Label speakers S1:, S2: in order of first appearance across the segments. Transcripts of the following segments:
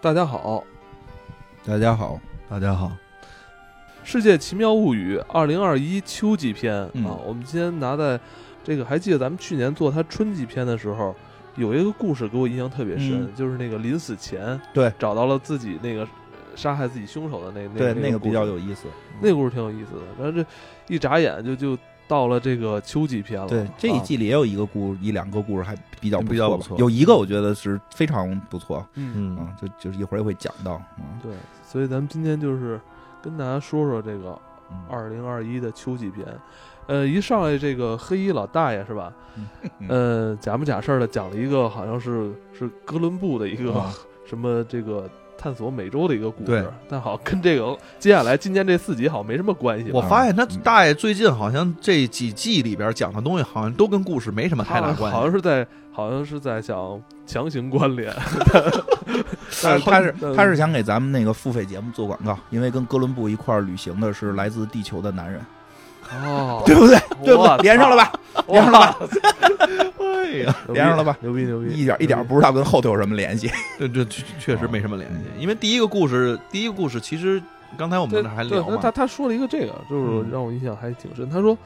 S1: 大家好，
S2: 大家好，
S3: 大家好，
S1: 《世界奇妙物语》二零二一秋季篇、
S2: 嗯
S1: 啊，我们今天拿在这个，还记得咱们去年做它春季篇的时候，有一个故事给我印象特别深，
S2: 嗯
S1: 就是那个临死前
S2: 对
S1: 找到了自己那个呃杀害自己凶手的那那
S2: 对，
S1: 那
S2: 那个比较
S1: 故事
S2: 有意思。
S1: 那故事挺有意思的，然后这一眨眼就就到了这个秋季篇了，
S2: 对，这一
S1: 啊
S2: 季里也有一个故一两个故事还比较不
S3: 比较
S2: 错
S3: 不
S2: 吧
S3: 错
S2: 有一个我觉得是非常不错
S1: 嗯，
S3: 嗯
S2: 啊，就就是一会儿也会讲到啊。
S1: 对，所以咱们今天就是跟大家说说这个
S2: 嗯
S1: 二零二一的秋季篇。呃，一上来这个黑衣老大爷是吧？
S2: 嗯
S1: 呃，假模假式的讲了一个好像是是哥伦布的一个、
S2: 啊
S1: 什么这个探索美洲的一个故
S2: 对
S1: 事，但好像跟这个接下来今年这四集好像没什么关系吧。
S3: 我发现他
S2: 嗯
S3: 大爷最近好像这几季里边讲的东西，好像都跟故事没什么太
S1: 他
S3: 大
S1: 们
S3: 关
S1: 好
S3: 系。
S1: 像是在好像是在想强行关 联，
S2: 但是他是
S1: 嗯
S2: 他是想给咱们那个付费节目做广告，因为跟哥伦布一块儿旅行的是来自地球的男人，
S1: 哦，
S2: 对不对？对不
S1: 我
S2: 对？连上了吧？连上了吧？
S3: 哎呀，
S1: 牛逼
S2: 连上了吧？
S1: 牛逼牛逼，
S2: 一点一点
S1: 牛逼
S2: 不知道跟后头有什么联系。
S3: 这这确确实没什么联
S1: 哦
S3: 系，因为第一个故事，第一个故事其实刚才我
S1: 对
S3: 们那还
S1: 对
S3: 聊，
S1: 那他
S3: 嘛，
S1: 他说了一个这个，就是
S3: 嗯
S1: 让我印象还挺深。他说，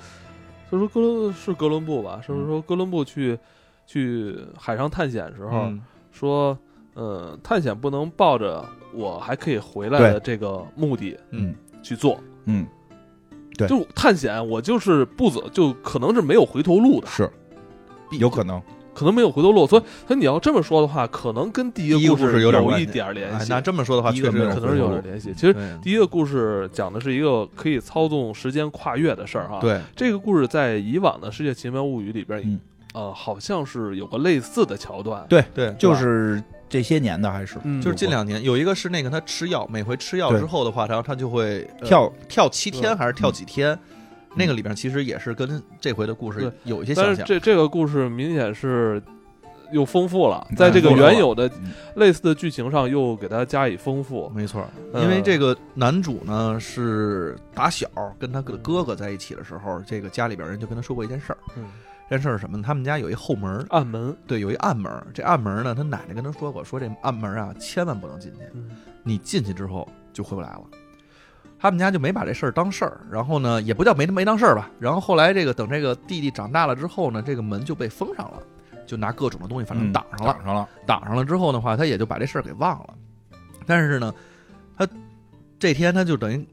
S1: 他说哥伦是哥伦布吧？是不是
S2: 嗯
S1: 说哥伦布去去海上探险时候
S3: 嗯
S1: 说，呃，探险不能抱着我还可以回来的
S2: 对
S1: 这个目的
S3: 嗯，
S1: 去做，
S2: 嗯，对
S1: 就探险我就是不走，就可能是没有回头路的，
S2: 是，有可能。
S1: 嗯可能没有回头路。所以，所以你要这么说的话，可能跟第一
S3: 第一
S1: 个
S3: 个
S1: 故
S3: 故事有
S1: 有
S3: 点关
S1: 一
S3: 系
S1: 点联
S3: 哎
S1: 系，啊
S3: 那这么说的话，
S2: 第一
S3: 确
S2: 个
S3: 实
S2: 没有
S1: 可能
S2: 回
S1: 是有
S2: 头
S1: 点
S2: 路
S1: 联系。其实。
S3: 对
S1: 第一个故事讲的是一个可以操纵时间跨越的事儿哈。，
S3: 对，
S1: 这个啊故事在以往的《世界奇妙物语》里边，
S2: 嗯
S1: 呃，好像是有个类似的桥段。
S2: 对
S3: 对，
S2: 就是这些年的还是
S1: 嗯，
S3: 就是近两年有一个是那个他吃药，每回吃药
S2: 对
S3: 之后的话，然后他就会呃
S2: 跳
S3: 跳七天还是跳
S2: 嗯
S3: 几天，那个里边其实也是跟这回的故
S1: 嗯对
S3: 事有一些
S1: 但
S3: 相
S1: 是
S3: 像。
S1: 这这个故事明显是又丰富了，
S2: 嗯
S1: 在这个
S2: 丰富了
S1: 原有的
S2: 嗯
S1: 类似的剧情上又给它加以丰富。
S3: 没错，
S1: 呃
S3: 因为这个男主呢是打小跟他的哥哥在一起的时候，这个家里边人就跟他说过一件事儿。
S1: 嗯，
S3: 这件事儿是什么呢？他们家有一后门儿，
S1: 暗门，
S3: 对，有一暗门儿。这暗门儿呢，他奶奶跟他说过，说这暗门儿啊，千万不能进去，
S1: 嗯
S3: 你进去之后就回不来了。他们家就没把这事儿当事儿，然后呢，也不叫没没当事儿吧。然后后来这个等这个弟弟长大了之后呢，这个门就被封上了，就拿各种的东西
S2: 嗯
S3: 反正挡上了。
S2: 挡上了。
S3: 挡上了之后的话，他也就把这事儿给忘了。但是呢，他这天他就等于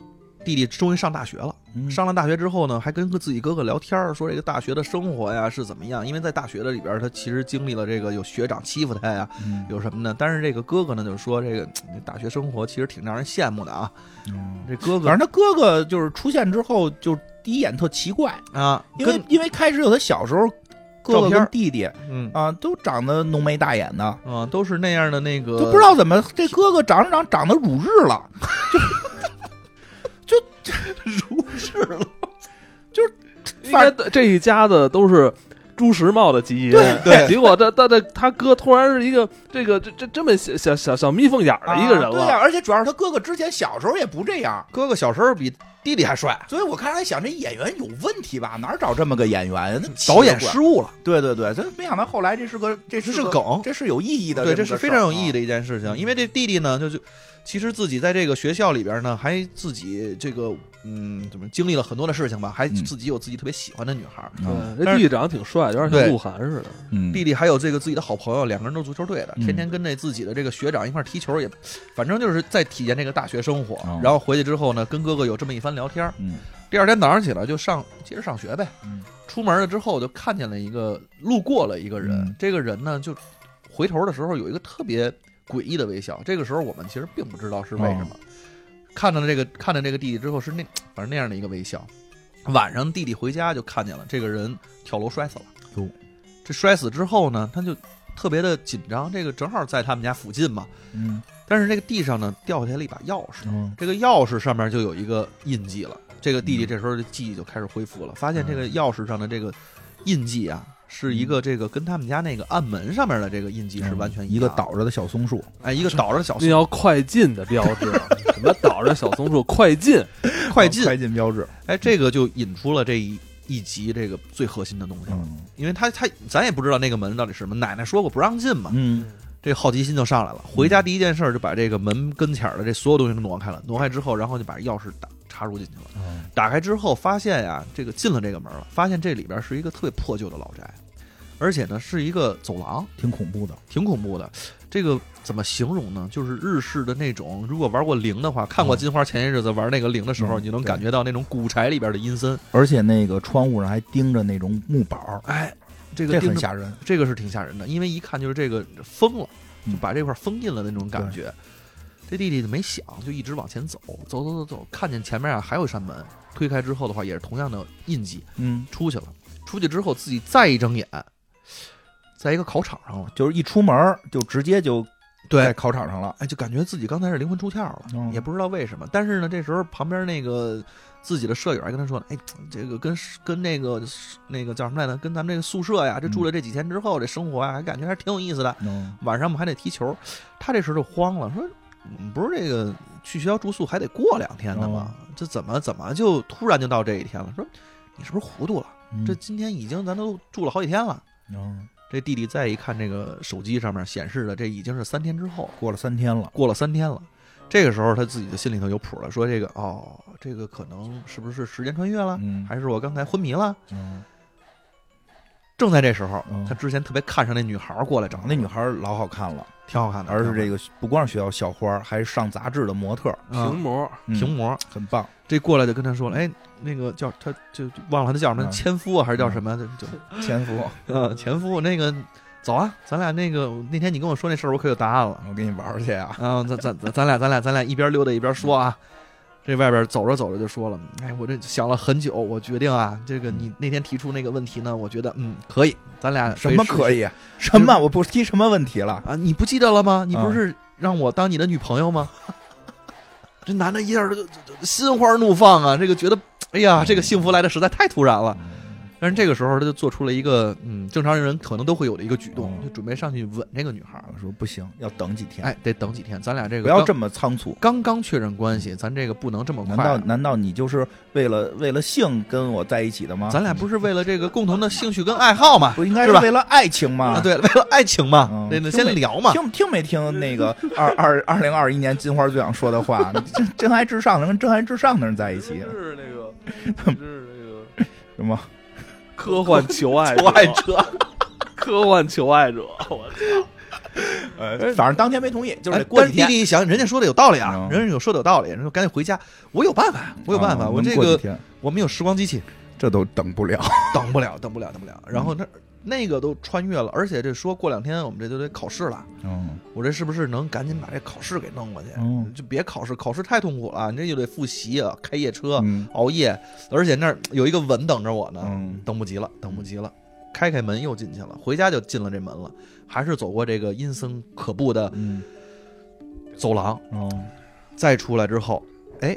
S3: 弟弟终于上大学了。
S2: 嗯
S3: 上了大学之后呢，还跟自己哥哥聊天儿，说这个大学的生活呀是怎么样。因为在大学的里边儿，他其实经历了这个有学长欺负他呀，
S2: 嗯
S3: 有什么呢？但是这个哥哥呢，就是说这个嗯大学生活其实挺让人羡慕的啊。
S2: 嗯
S3: 这哥哥
S2: 反正他哥哥就是出现之后，就第一眼特奇怪，
S3: 啊，
S2: 因为
S3: 跟
S2: 因为开始有他小时候哥哥
S3: 照片
S2: 跟
S3: 儿
S2: 弟弟
S3: 嗯
S2: 啊，都长得浓眉大眼的，
S3: 啊都是那样的那个，
S2: 都不知道怎么这哥哥长着长长得乳日了，就就乳日了，
S1: 应该这一家子都是。朱时茂的基因，
S2: 对对
S1: 结果他他他他哥突然是一个这个这这这么小小小小蜜蜂眼儿的一个人
S2: 啊
S1: 了，
S2: 对呀、而且主要是他哥哥之前小时候也不这样，
S3: 哥哥小时候比弟弟还帅，
S2: 所以我看着还想这演员有问题吧，哪儿找这么个演员？那奇
S3: 导演
S2: 怪
S3: 失误了。
S2: 对对对，这没想到后来这是个这
S3: 这
S2: 是
S3: 是
S2: 个
S3: 梗
S2: 这是有意义的，
S3: 对，
S2: 这
S3: 这
S2: 么个
S3: 是非常有意
S2: 事儿啊。
S3: 义的一件事情。因为这弟弟呢，就就其实自己在这个学校里边呢，还自己这个嗯，怎么经历了很多的事情吧，还
S2: 嗯
S3: 自己有自己特别喜欢的女孩儿。
S2: 嗯
S1: 对，这
S3: 但
S1: 弟
S3: 是
S1: 弟长得挺帅，有点像
S3: 对
S1: 鹿晗似的。
S2: 嗯
S3: 弟弟还有这个自己的好朋友，两个人都是足球队的，
S2: 嗯
S3: 天天跟那自己的这个学长一块儿踢球，也反正就是在体验这个大学生活
S2: 哦。
S3: 然后回去之后呢，跟哥哥有这么一番聊天儿。
S2: 嗯
S3: 第二天早上起来就上接着上学呗。
S2: 嗯
S3: 出门了之后就看见了一个路过了一个人，
S2: 嗯
S3: 这个人呢就回头的时候有一个特别诡异的微笑。这个时候我们其实并不知道是为什么。看到了这个看到这个弟弟之后是那反正那样的一个微笑。晚上弟弟回家就看见了这个人跳楼摔死了。
S2: 哟
S3: 这摔死之后呢，他就特别的紧张。这个正好在他们家附近嘛，
S2: 嗯
S3: 但是这个地上呢掉下来了一把钥匙。
S2: 嗯
S3: 这个钥匙上面就有一个印记了。这个弟弟这时候的记忆就开始恢复了，发现这
S2: 嗯
S3: 个钥匙上的这个印记啊，是一个这个跟他们家那个暗门上面的这个印记是完全
S2: 嗯一
S3: 样的
S2: 个，倒着的小松树，
S3: 哎，一个倒着的小
S1: 那叫快进的标志，啊 什么倒着小松树，快进，
S3: 快进，
S2: 啊快进标志。
S3: 哎，这个就引出了这一一集这个最核心的东西了，
S2: 嗯
S3: 因为他他咱也不知道那个门到底是什么，奶奶说过不让进嘛，
S2: 嗯
S3: 这好奇心就上来了。回家第一件事就把这个门跟前儿的这所有东西都挪开了，挪开之后，然后就把钥匙打插入进去了。
S2: 嗯
S3: 打开之后发现呀、这个进了这个门了，发现这里边是一个特别破旧的老宅，而且呢是一个走廊，
S2: 挺恐怖的。
S3: 挺恐怖的。这个怎么形容呢？就是日式的那种，如果玩过零的话，看过金花前些日子玩那个零的时候，
S2: 嗯
S3: 你能
S2: 对
S3: 感觉到那种古宅里边的阴森。
S2: 而且那个窗户上还钉着那种木板儿，
S3: 哎，这个
S2: 这
S3: 盯
S2: 很
S3: 着
S2: 吓人。
S3: 这个是挺吓人的，因为一看就是这个封了，
S2: 嗯
S3: 就把这块封印了的那种感觉。这弟弟没想，就一直往前走，走走走走，看见前面啊还有一扇门，推开之后的话也是同样的印记，
S2: 嗯，
S3: 出去了。出去之后自己再一睁眼，在一个考场上了，
S2: 就是一出门儿就直接就在
S3: 哎，
S2: 考场上了。
S3: 哎，就感觉自己刚才是灵魂出窍了，
S2: 嗯
S3: 也不知道为什么。但是呢，这时候旁边那个自己的舍友还跟他说：“哎，这个跟跟那个那个叫什么来着？跟咱们这个宿舍呀，这住了这几天之后，这生活啊，还感觉还挺有意思的。”
S2: 嗯，
S3: 晚上我们还得踢球。他这时候就慌了，说：“嗯不是这个去学校住宿还得过两天呢吗？
S2: 哦
S3: 这怎么怎么就突然就到这一天了？”说：“你是不是糊涂了？
S2: 嗯
S3: 这今天已经咱都住了好几天了。”
S2: 嗯
S3: 这弟弟再一看这个手机上面显示的，这已经是三天之后，
S2: 过了三天了。
S3: 过了三天了。这个时候他自己的心里头有谱了，说这个哦，这个可能是不是时间穿越了，
S2: 嗯
S3: 还是我刚才昏迷了？
S2: 嗯，
S3: 正在这时候
S2: 嗯，
S3: 他之前特别看上那女孩儿过来找
S2: 长，那女孩儿老好看了，
S3: 挺好看的，
S2: 而是
S3: 挺好看
S2: 这个不光是学校校花，还是上杂志的模特儿，
S3: 啊
S1: 屏幕，
S2: 嗯
S3: 屏模，
S2: 很棒。
S3: 这过来就跟他说了，哎，那个叫他就就忘了他叫什么，
S2: 嗯
S3: 前夫啊还是叫什么？就就
S2: 前 夫，
S3: 呃前夫那个走啊，咱俩那个那天你跟我说那事儿，我可有答案了。
S2: 我跟你玩儿去啊。
S3: 啊，咱咱咱咱俩咱俩咱俩一边溜达一边说啊。这外边走着走着就说了，哎，我这想了很久，我决定啊，这个你那天提出那个问题呢，我觉得嗯可以，咱俩
S2: 什么可
S3: 以
S2: 以？什么？我不提什么问题了。
S3: 啊？你不记得了吗？你不是让我当你的女 朋友吗？这男的一下就就就心花怒放啊，这个觉得哎
S2: 嗯
S3: 呀，这个幸福来的实在太突然了。但是这个时候他就做出了一个嗯正常人可能都会有的一个举动，
S2: 嗯
S3: 就准备上去吻这个女孩儿。
S2: 我说不行，要等几天。
S3: 嗯哎，得等几天，咱俩这个
S2: 不要
S3: 刚
S2: 这么仓促。
S3: 刚刚确认关系，咱这个不能这么快
S2: 难
S3: 啊。
S2: 道难道你就是为了为了性跟我在一起的吗？
S3: 咱俩不是为了这个共同的兴趣跟爱好嘛？
S2: 不应该
S3: 是
S2: 是
S3: 吧
S2: 为了爱情吗？
S3: 啊，对，为了爱情嘛
S2: 嗯，
S3: 那那
S2: 兄弟
S3: 先聊嘛。
S2: 听听没听那个二二二零二一年金花最想说的 话？真真爱至上的跟真爱至上的人在一起
S1: 真，是那个，真是那个
S2: 是吗？
S1: 科幻求爱者
S3: 我爱车，
S1: 科幻求爱 者，我
S2: 呃，反正当天没同意，就是
S3: 哎
S2: 得过
S3: 但
S2: 几
S3: 弟
S2: 天。
S3: 弟一想，人家说的有道理啊，
S2: 嗯
S3: 人家有说的有道理，人家说赶紧回家，我有办法，我有办法，
S2: 啊
S3: 我这
S2: 能过几
S3: 个
S2: 天
S3: 我们有时光机器，
S2: 这都等不了。
S3: 等不了，等不了，等不了。然后
S2: 嗯
S3: 那那个都穿越了，而且这说过两天我们这就得考试了，
S2: 嗯，
S3: 我这是不是能赶紧把这考试给弄过去
S2: 嗯？
S3: 就别考试，考试太痛苦了，你这又得复习啊，开夜车，
S2: 嗯
S3: 熬夜，而且那儿有一个吻等着我呢，
S2: 嗯
S3: 等不及了，等不及了，开开门又进去了，回家就进了这门了，还是走过这个阴森可怖的
S2: 嗯
S3: 走廊，
S2: 哦，
S3: 再出来之后，哎，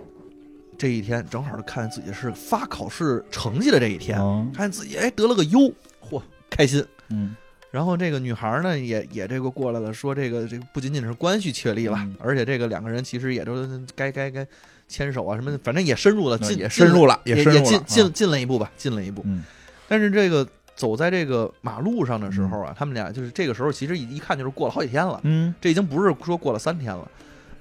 S3: 这一天正好是看自己是发考试成绩的这一天，
S2: 嗯
S3: 看自己哎得了个优，嚯，开心。
S2: 嗯
S3: 然后这个女孩呢，也也这个过来了，说这个这个不仅仅是关系确立了，
S2: 嗯
S3: 而且这个两个人其实也都该该该牵手啊什么的，反正也深入了，
S2: 那
S3: 进
S2: 也深入了
S3: 也
S2: 也深入了
S3: 进
S2: 啊
S3: 进进了一步吧，进了一步。
S2: 嗯
S3: 但是这个走在这个马路上的时候啊，他们俩就是这个时候其实一一看就是过了好几天了，
S2: 嗯
S3: 这已经不是说过了三天了。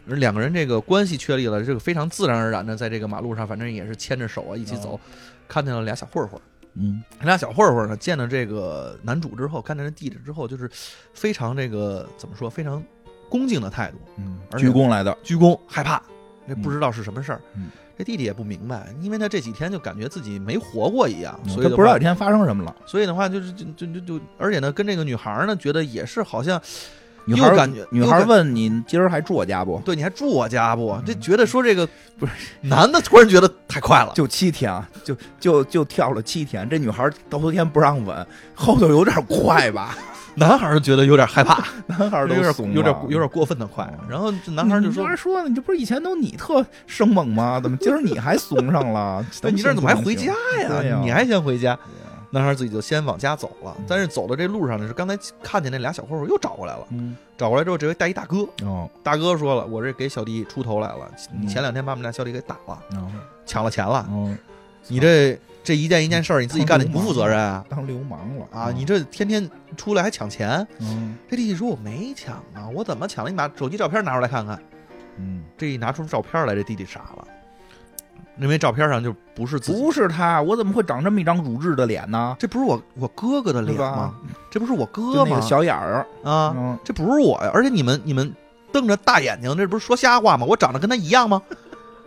S3: 而两个人这个关系确立了，这个非常自然而然的在这个马路上，反正也是牵着手啊一起
S2: 哦
S3: 走，看见了俩小混混儿。
S2: 嗯
S3: 俩小混混呢，见到这个男主之后，看见这弟弟之后，就是非常这个怎么说，非常恭敬的态度，
S2: 嗯
S3: 而且
S2: 鞠躬来的，
S3: 鞠躬，害怕，这不知道是什么事儿。
S2: 嗯
S3: 这弟弟也不明白，因为他这几天就感觉自己没活过一样，所
S2: 他
S3: 以的
S2: 不知道
S3: 话
S2: 这天发生什么了。
S3: 所以的话就是就就就就，而且呢，跟这个女孩儿呢，觉得也是好像
S2: 女孩
S3: 又
S2: 儿
S3: 感觉
S2: 女
S3: 又
S2: 孩儿
S3: 感
S2: 问你今儿还住我家不？
S3: 对你还住我家不？
S2: 嗯
S3: 这觉得说这个不是男的，突然觉得太快了。
S2: 就七天啊，就就就跳了七天。这女孩头天不让吻，后头有点快吧？
S3: 男孩儿觉得有点害怕，
S2: 男孩
S3: 有
S2: 儿都
S3: 点
S2: 怂了
S3: 有点有点过分的快。然后这男孩儿就说
S2: 你妈：“说呢，你这不是以前都你特生猛吗？怎么今儿你还怂上 了？
S3: 那哎你这儿怎么还 回家
S2: 对
S3: 嗯呀？啊
S2: 呀
S3: 你还先回家？”
S2: 对呀
S3: 男孩自己就先往家走了
S2: 嗯，
S3: 但是走到这路上呢，是刚才看见那俩小混混又找过来了，
S2: 嗯
S3: 找过来之后，这回带一大哥，
S2: 哦
S3: 大哥说了，我这给小弟出头来了，
S2: 嗯
S3: 你前两天把我们俩小弟给打了，
S2: 哦
S3: 抢了钱了，
S2: 哦，
S3: 你这这一件一件事嗯儿你自己干的，你不负责任啊！
S2: 当流氓了
S3: 啊，你这天天出来还抢钱。
S2: 嗯
S3: 这弟弟说我没抢啊，我怎么抢了？你把手机照片拿出来看看。
S2: 嗯，
S3: 这一拿出照片来，这弟弟傻了，因为照片上就不是自己，
S2: 不是他，我怎么会长这么一张乳痣的脸呢？
S3: 这不是我我哥哥的脸吗？这不是我
S2: 就
S3: 哥
S2: 那
S3: 吗
S2: 个？小眼儿
S3: 啊，
S2: 嗯，
S3: 这不是我呀！而且你们你们瞪着大眼睛，这不是说瞎话吗？我长得跟他一样吗？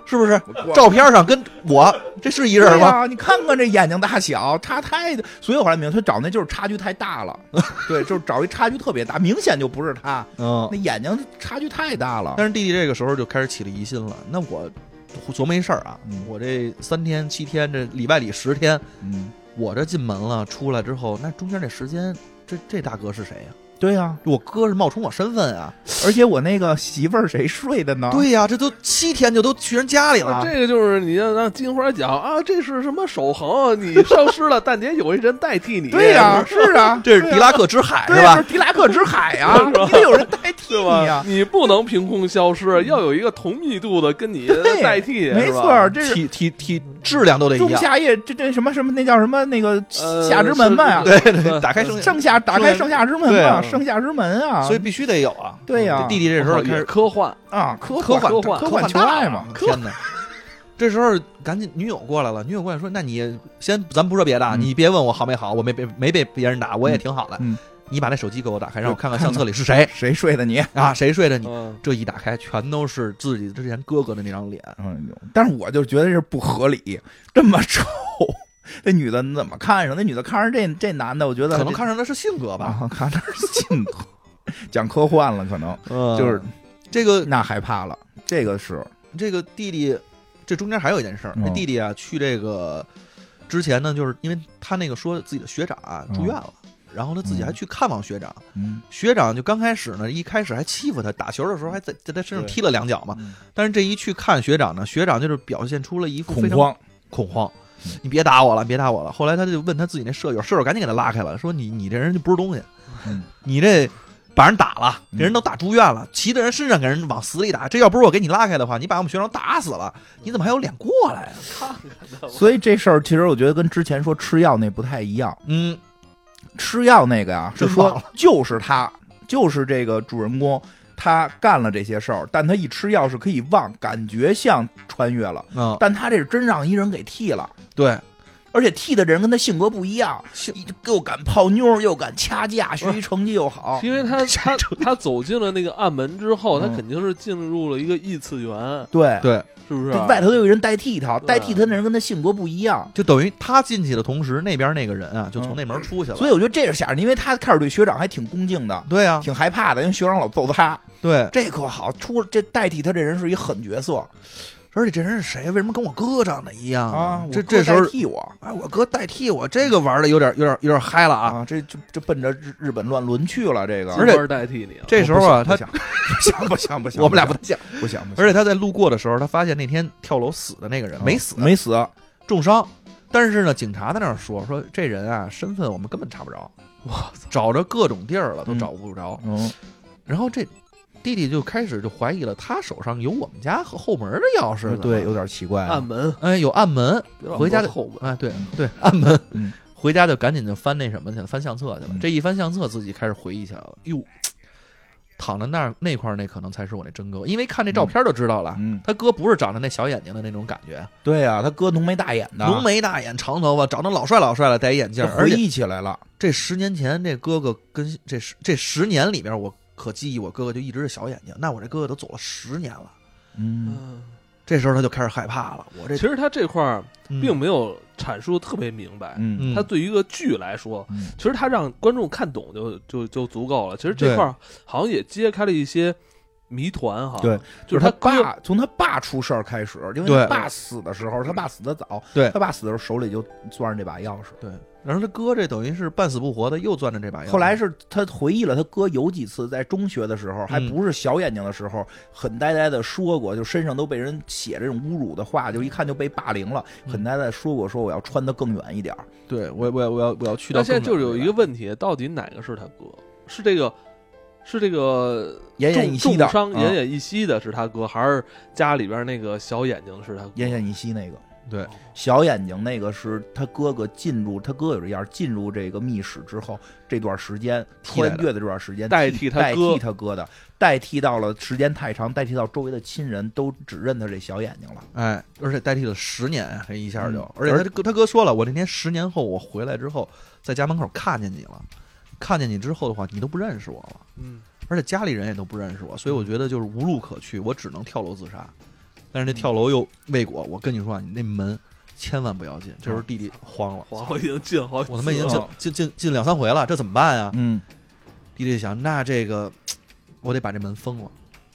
S3: 是不是？照片上跟我这是一人
S2: 对
S3: 吗？
S2: 啊，你看看这眼睛大小，差太，所以我后来明白，他找那就是差距太大 了。对，就是找一差距特别大，明显就不是他，
S3: 嗯
S2: 那。眼睛差距太大了。
S3: 但是弟弟这个时候就开始起了疑心了。那我琢磨一事儿啊
S2: 嗯，
S3: 我这三天七天，这礼拜里十天，
S2: 嗯，
S3: 我这进门了，出来之后，那中间这时间，这这大哥是谁呀、
S2: 对呀、
S3: 我哥是冒充我身份啊！
S2: 而且我那个媳妇儿谁睡的呢？，
S3: 对呀、这都七天就都去人家里了。
S1: 哎这个就是你要让金花讲啊，这是什么守恒？啊你消失了，但也有一人代替你。
S2: 对呀、是啊，
S3: 这是狄拉克之海
S2: 对
S3: 是
S2: 呀
S3: 吧？
S2: 是狄拉克之海 呀、你得有人代替
S1: 对
S2: 你啊
S1: 吧？
S2: 呀、
S1: 你不能凭空消失，要有一个同密度的跟你
S2: 对
S1: 代替，
S2: 没
S1: 是吧
S2: 错儿，这是
S3: 体体体质量都得一
S2: 仲
S3: 样。
S2: 夏夜，这这什么什么，那叫什么那个
S1: 呃
S2: 夏之门嘛呀、
S3: 对对，打开
S1: 是
S3: 声音，
S2: 盛夏打开盛夏之门
S3: 对
S2: 嘛，
S3: 啊
S2: 盛夏之门啊，
S3: 所以必须得有啊。
S2: 对呀、
S3: 这弟弟这时候开
S1: 哦也
S3: 始
S1: 科幻，
S2: 啊，科
S3: 科
S2: 幻
S3: 幻
S1: 科幻
S2: 科
S3: 幻
S2: 幻求
S3: 大
S2: 爱
S3: 了
S2: 嘛，
S3: 天哪！ 这时候赶紧女友过来了，女友过来说：“那你先，咱不说别的，啊，
S2: 嗯
S3: 你别问我好没好，我没被没被别人打，我也挺好的。
S2: 嗯
S3: 你把那手机给我打开，让我
S2: 对
S3: 看看相册里是谁
S2: 谁睡的你？
S3: 啊，谁睡着你。
S1: 嗯，
S3: 这一打开，全都是自己之前哥哥的那张脸。
S2: 嗯，但是我就觉得这不合理，这么丑，那女的你怎么看上？那女的看上这这男的，我觉得
S3: 可能看上的是性格吧，
S2: 啊，看上是性格，讲科幻了，可能
S3: 嗯
S2: 就是
S3: 这个
S2: 那害怕了，这个是
S3: 这个弟弟，这中间还有一件事儿，
S2: 嗯
S3: 这弟弟啊去这个之前呢，就是因为他那个说自己的学长啊
S2: 嗯
S3: 住院了，然后他自己还去看望学长，
S2: 嗯
S3: 学长就刚开始呢，一开始还欺负他，打球的时候还在在他身上
S1: 对
S3: 踢了两脚嘛，但是这一去看学长呢，学长就是表现出了一副
S2: 恐
S3: 非常
S2: 慌，
S3: 恐慌。
S2: 嗯
S3: 你别打我了，别打我了。后来他就问他自己那舍友，舍友赶紧给他拉开了，说你你这人就不是东西，
S2: 嗯
S3: 你这把人打了，
S2: 嗯
S3: 给人都打住院了，骑在人身上给人往死里打。这要不是我给你拉开的话，你把我们学长打死了，你怎么还有脸过来、啊？
S2: 所以这事儿其实我觉得跟之前说吃药那不太一样，
S3: 嗯，
S2: 吃药那个呀、是
S3: 真忘
S2: 说
S3: 了
S2: 就是他，就是这个主人公。他干了这些事儿，但他一吃药是可以忘，感觉像穿越了。
S3: 啊、
S2: 但他这是真让一人给剃了，
S3: 对，
S2: 而且剃的人跟他性格不一样，
S3: 性
S2: 又敢泡妞，又敢掐架，学习成绩又好。
S1: 因为他他他走进了那个暗门之后，他
S2: 嗯
S1: 肯定是进入了一个异次元，
S2: 对，
S3: 对，
S1: 是不是啊
S2: 就？外头又有人代替他，
S1: 对
S2: 代替他那人跟他性格不一样，
S3: 就等于他进去的同时，那边那个人啊就从
S2: 嗯
S3: 那门出去了。
S2: 所以我觉得这是吓人，因为他开始对学长还挺恭敬的，
S3: 对啊，
S2: 挺害怕的，因为学长老揍他。
S3: 对，
S2: 这可好，出这代替他这人是一狠角色
S3: 而且这人是谁？为什么跟我哥长得一样
S2: 啊！
S3: 这
S2: 我哥
S3: 这时候
S2: 代，替我
S3: 哎，我哥代替我，这个玩的有点有点有点嗨了啊！
S2: 啊，这就就奔着日日本乱伦去了。这个
S3: 而且
S1: 金花代替你了，
S3: 这时候啊，
S2: 不
S3: 他
S2: 想不想不想不想，
S3: 我们俩
S2: 不
S3: 不
S2: 太想不想，不想
S3: 而且他在路过的时候，他发现那天跳楼死的那个人啊没死，
S2: 没死，
S3: 重伤，但是呢，警察在那儿说说这人啊，身份我们根本查不着，
S1: 哇，
S3: 找着各种地儿了都
S2: 嗯
S3: 找不着。
S2: 嗯，
S3: 然后这弟弟就开始就怀疑了，他手上有我们家和后门的钥匙呢，
S2: 对，有点奇怪。啊
S1: 暗门
S3: 哎，有暗门，
S1: 别老
S3: 回家
S1: 摸
S3: 就
S1: 后门，
S3: 哎，对对，暗门。
S2: 嗯
S3: 回家就赶紧就翻那什么去了，翻相册去了
S2: 嗯。
S3: 这一翻相册，自己开始回忆起来了。哟，躺在那儿那块儿，那可能才是我那真哥，因为看这照片就知道了，
S2: 嗯，啊
S3: 他哥不是长着那小眼睛的那种感觉，
S2: 对呀、他哥浓眉大眼的，
S3: 浓眉大眼，长头发，长得老帅老帅了，戴一眼镜
S2: 就
S3: 儿。而
S2: 回
S3: 且
S2: 忆起来了。
S3: 这十年前，这哥哥跟这十这十年里边，我可记忆我哥哥就一直是小眼睛，那我这哥哥都走了十年了。
S2: 嗯
S1: 嗯，
S3: 这时候他就开始害怕了，我这
S1: 其实他这块儿
S3: 嗯
S1: 并没有阐述得特别明白，
S2: 嗯
S1: 他对于一个剧来说，
S2: 嗯
S1: 其实他让观众看懂就就就足够了。其实这
S3: 对
S1: 块儿好像也揭开了一些谜团哈。
S2: 对，
S1: 就是
S2: 他
S1: 哥
S2: 爸从他爸出事儿开始，因为
S3: 对
S2: 他爸死的时候，他爸死的早，
S3: 对
S2: 他爸死的时候手里就攥着这把钥匙。
S3: 对，然后他哥这等于是半死不活的，又攥着这把钥匙。
S2: 后来是他回忆了，他哥有几次在中学的时
S3: 嗯
S2: 候，还不是小眼睛的时候，很呆呆的说过，就身上都被人写这种侮辱的话，就一看就被霸凌了，
S3: 嗯
S2: 很呆呆地说过，说我要穿得更远一点儿。
S3: 对我我要我要我要去到
S1: 那现
S3: 更
S1: 在
S3: 远的地方。
S1: 就是有一个问题，到底哪个是他哥？是这个是这个
S2: 奄奄一
S1: 重
S2: 息的
S1: 重伤
S2: 啊
S1: 奄奄一息的是他哥，还是家里边那个小眼睛是他哥？
S2: 奄奄一息那个，
S3: 对，
S2: 小眼睛那个是他哥哥进入，他哥有这样进入这个密室之后这段时间
S3: 替代
S2: 穿
S3: 的
S2: 越的这段时间
S1: 代替
S2: 替
S1: 他
S2: 代
S1: 哥
S2: 他哥的，代替到了时间太长，代替到周围的亲人都只认他这小眼睛了。
S3: 哎，而且代替了十年啊，这一下就，
S2: 嗯
S3: 而且他哥他哥说了，我那天十年后我回来之后，在家门口看见你了，看见你之后的话，你都不认识我了，
S1: 嗯，
S3: 而且家里人也都不认识我，所以我觉得就是无路可去，我只能跳楼自杀。但是那跳楼又未果，我跟你说啊，你那门千万不要进，这时候弟弟慌了，
S1: 我已经进好几次了，
S3: 我他妈已经进进进进两三回了，这怎么办呀？
S2: 嗯，
S3: 弟弟想，那这个我得把这门封了，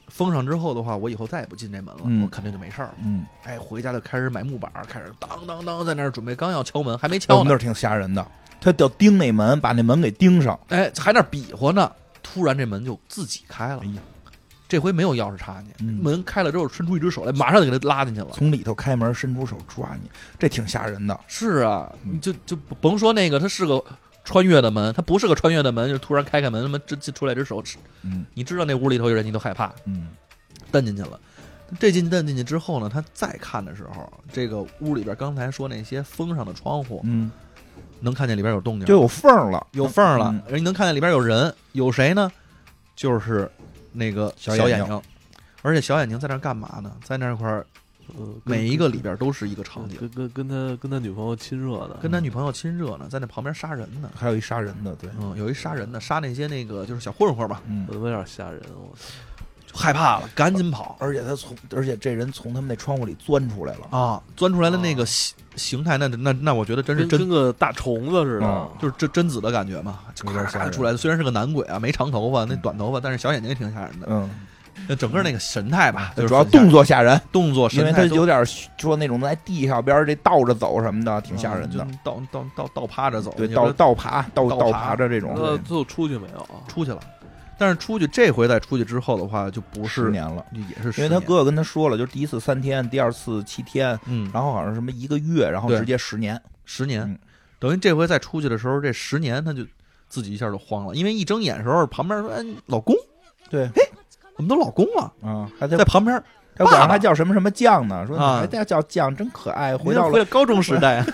S3: 封上之后的话，我以后再也不进这门了，
S2: 嗯
S3: 我肯定就没事儿了。
S2: 嗯，
S3: 哎，回家就开始买木板儿，开始当当当在那儿准备，刚要敲门还没
S2: 我
S3: 敲
S2: 们那
S3: 呢
S2: 儿，挺吓人的，他要盯那门，把那门给盯上。
S3: 哎，还那儿比划呢，突然这门就自己开了
S2: 哎呀，
S3: 这回没有钥匙插进去，
S2: 嗯
S3: 门开了之后伸出一只手来，马上就给他拉进去了。
S2: 从里头开门，伸出手抓你，这挺吓人的。
S3: 是啊，
S2: 嗯
S3: 你就就甭说那个，它是个穿越的门，它不是个穿越的门，就是突然开开门，他妈这这出来只手，
S2: 嗯
S3: 你知道那屋里头有人，你都害怕，
S2: 嗯
S3: 蹬进去了。这进蹬进去之后呢，他再看的时候，这个屋里边刚才说那些封上的窗户，
S2: 嗯，
S3: 能看见里边有动静，
S2: 就有缝儿了，
S3: 有缝儿了
S2: 嗯，
S3: 人家能看见里边有人，有谁呢？就是那个
S2: 小
S3: 眼
S2: 眼睛
S3: 睛，而且小眼睛在那儿干嘛呢？在那块儿，
S1: 呃
S3: 每一个里边都是一个场
S2: 嗯
S3: 景，
S1: 哦跟跟跟他跟他女朋友亲热的，嗯
S3: 跟他女朋友亲热呢，在那旁边杀人呢。
S2: 还有一杀人的，对，
S3: 嗯，有一杀人的，杀那些那个就是小混混嘛，
S2: 嗯
S1: 我。他妈有点吓人，我操
S3: 害怕了，赶紧跑
S2: 而且他从，而且这人从他们那窗户里钻出来了，
S3: 啊！钻出来的那
S2: 哦
S1: 啊
S3: 个形形态，那那那我觉得真是
S1: 跟
S3: 真
S1: 跟个大虫子似的啊
S2: 嗯，
S3: 就是贞贞子的感觉嘛，就
S2: 有点吓
S3: 咔
S2: 人
S3: 出来的。虽然是个男鬼啊，没长头发，那
S2: 嗯
S3: 短头发，但是小眼睛也挺吓人的。
S2: 嗯，
S3: 那整个那个神态吧，就是
S2: 呃主要
S3: 很吓人
S2: 动作吓人，哦
S3: 动作
S2: 因
S3: 神
S2: 为
S3: 态
S2: 他
S3: 都
S2: 有点说那种在地上边儿这倒着走什么的，挺吓
S3: 啊
S2: 人
S3: 就
S2: 的，
S3: 倒倒倒倒趴着走，
S2: 对，
S3: 也不
S2: 倒
S3: 知道
S2: 倒爬，倒
S3: 倒
S2: 倒
S3: 爬
S2: 爬着这种，
S1: 那最后出去没有啊？
S3: 出去了。但是出去这回再出去之后的话，就不
S2: 十
S3: 是
S2: 年了。
S3: 也是十
S2: 因为他
S3: 年，
S2: 哥哥跟他说了，就是第一次三天，第二次七天，
S3: 嗯，
S2: 然后好像什么一个月，然后
S3: 对
S2: 直接十年。
S3: 十年，
S2: 啊嗯
S3: 等于这回再出去的时候，这十年他就自己一下就慌了，因为一睁眼的时候旁边说：“哎，老公，
S2: 对，
S3: 我们都老公了。
S2: 啊，还”在
S3: 在旁边，
S2: 他管
S3: 爸爸
S2: 还叫什么什么酱呢？说
S3: 啊
S2: 还叫叫酱，真可爱。回到
S3: 回
S2: 了
S3: 到高中时代 啊，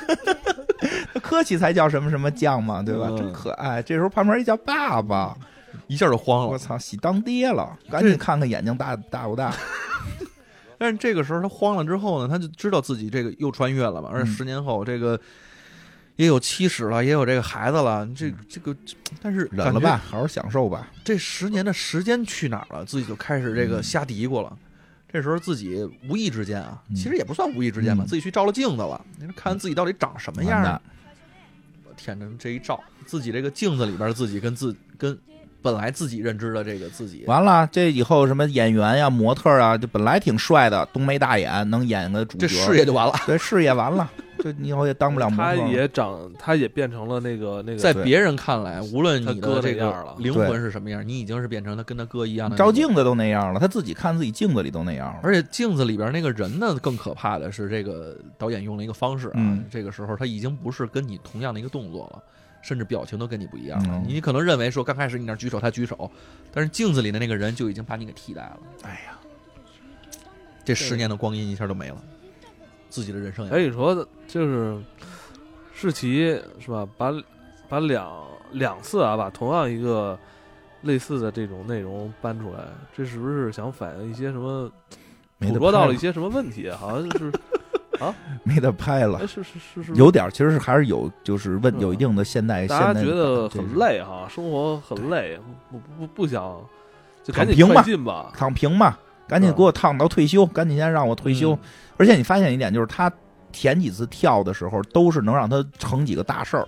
S2: 科奇才叫什么什么酱嘛，对吧？
S1: 嗯
S2: 真可爱。这时候旁边一叫爸爸，
S3: 一下就慌
S2: 我
S3: 了。
S2: 操，喜当爹了！赶紧看看眼睛大大不大。
S3: 但是这个时候他慌了之后呢，他就知道自己这个又穿越了嘛，而且
S2: 嗯
S3: 十年后这个也有妻室了，也有这个孩子了，这这个，但是
S2: 嗯忍了
S3: 感觉
S2: 吧，好好享受吧。
S3: 这十年的时间去哪儿了？自己就开始这
S2: 嗯
S3: 个瞎嘀咕了。这时候自己无意之间啊，
S2: 嗯
S3: 其实也不算无意之间吧，
S2: 嗯
S3: 自己去照了镜子了，你说看自己到底长什么样
S2: 完
S3: 啊
S2: 蛋？
S3: 我天哪，这一照，自己这个镜子里边自己跟自跟本来自己认知的这个自己，
S2: 完了，这以后什么演员呀、模特啊，就本来挺帅的，浓眉大眼，能演个主角，
S3: 这事业就完了。
S2: 对事业完了，就以后也当不了模
S1: 他
S2: 啊特了。
S1: 也长，他也变成了那个那个
S3: 在别人看来，无论你
S1: 他哥
S3: 的
S1: 那
S3: 这
S1: 样了
S3: 个灵魂是什么样，你已经是变成他跟他哥一样的那
S2: 照
S3: 种。
S2: 镜子都那样了，他自己看自己镜子里都那样了。
S3: 而且镜子里边那个人呢，更可怕的是，这个导演用了一个方式啊，
S2: 嗯
S3: 这个时候他已经不是跟你同样的一个动作了，甚至表情都跟你不一样了。
S2: 嗯
S3: 你可能认为说刚开始你那儿举手，他举手，但是镜子里的那个人就已经把你给替代了。
S2: 哎呀，
S3: 这十年的光阴一下就没了，自己的人生也
S1: 哎，你说就是世奇是吧？把把两两次啊，把同样一个类似的这种内容搬出来，这是不是想反映一些什么？
S2: 没
S1: 捕
S2: 得
S1: 捉到
S2: 拍
S1: 了一些什么问题？啊好像是，
S2: 没得拍了
S1: 哎，。是是是是，
S2: 有点儿，其实是还是有，就是问
S1: 嗯
S2: 有一定的现代，
S1: 大家
S2: 哎现代
S1: 觉得
S2: 这
S1: 很
S2: 是，
S1: 累哈，生活很累，不不不不想，就
S2: 躺
S1: 赶紧
S2: 平
S1: 快
S2: 吧
S1: 进 吧，
S2: 躺平嘛，赶紧
S1: 嗯
S2: 给我烫到退休，赶紧先让我退
S3: 嗯
S2: 休。而且你发现一点，就是他前几次跳的时候，都是能让他成几个大事儿。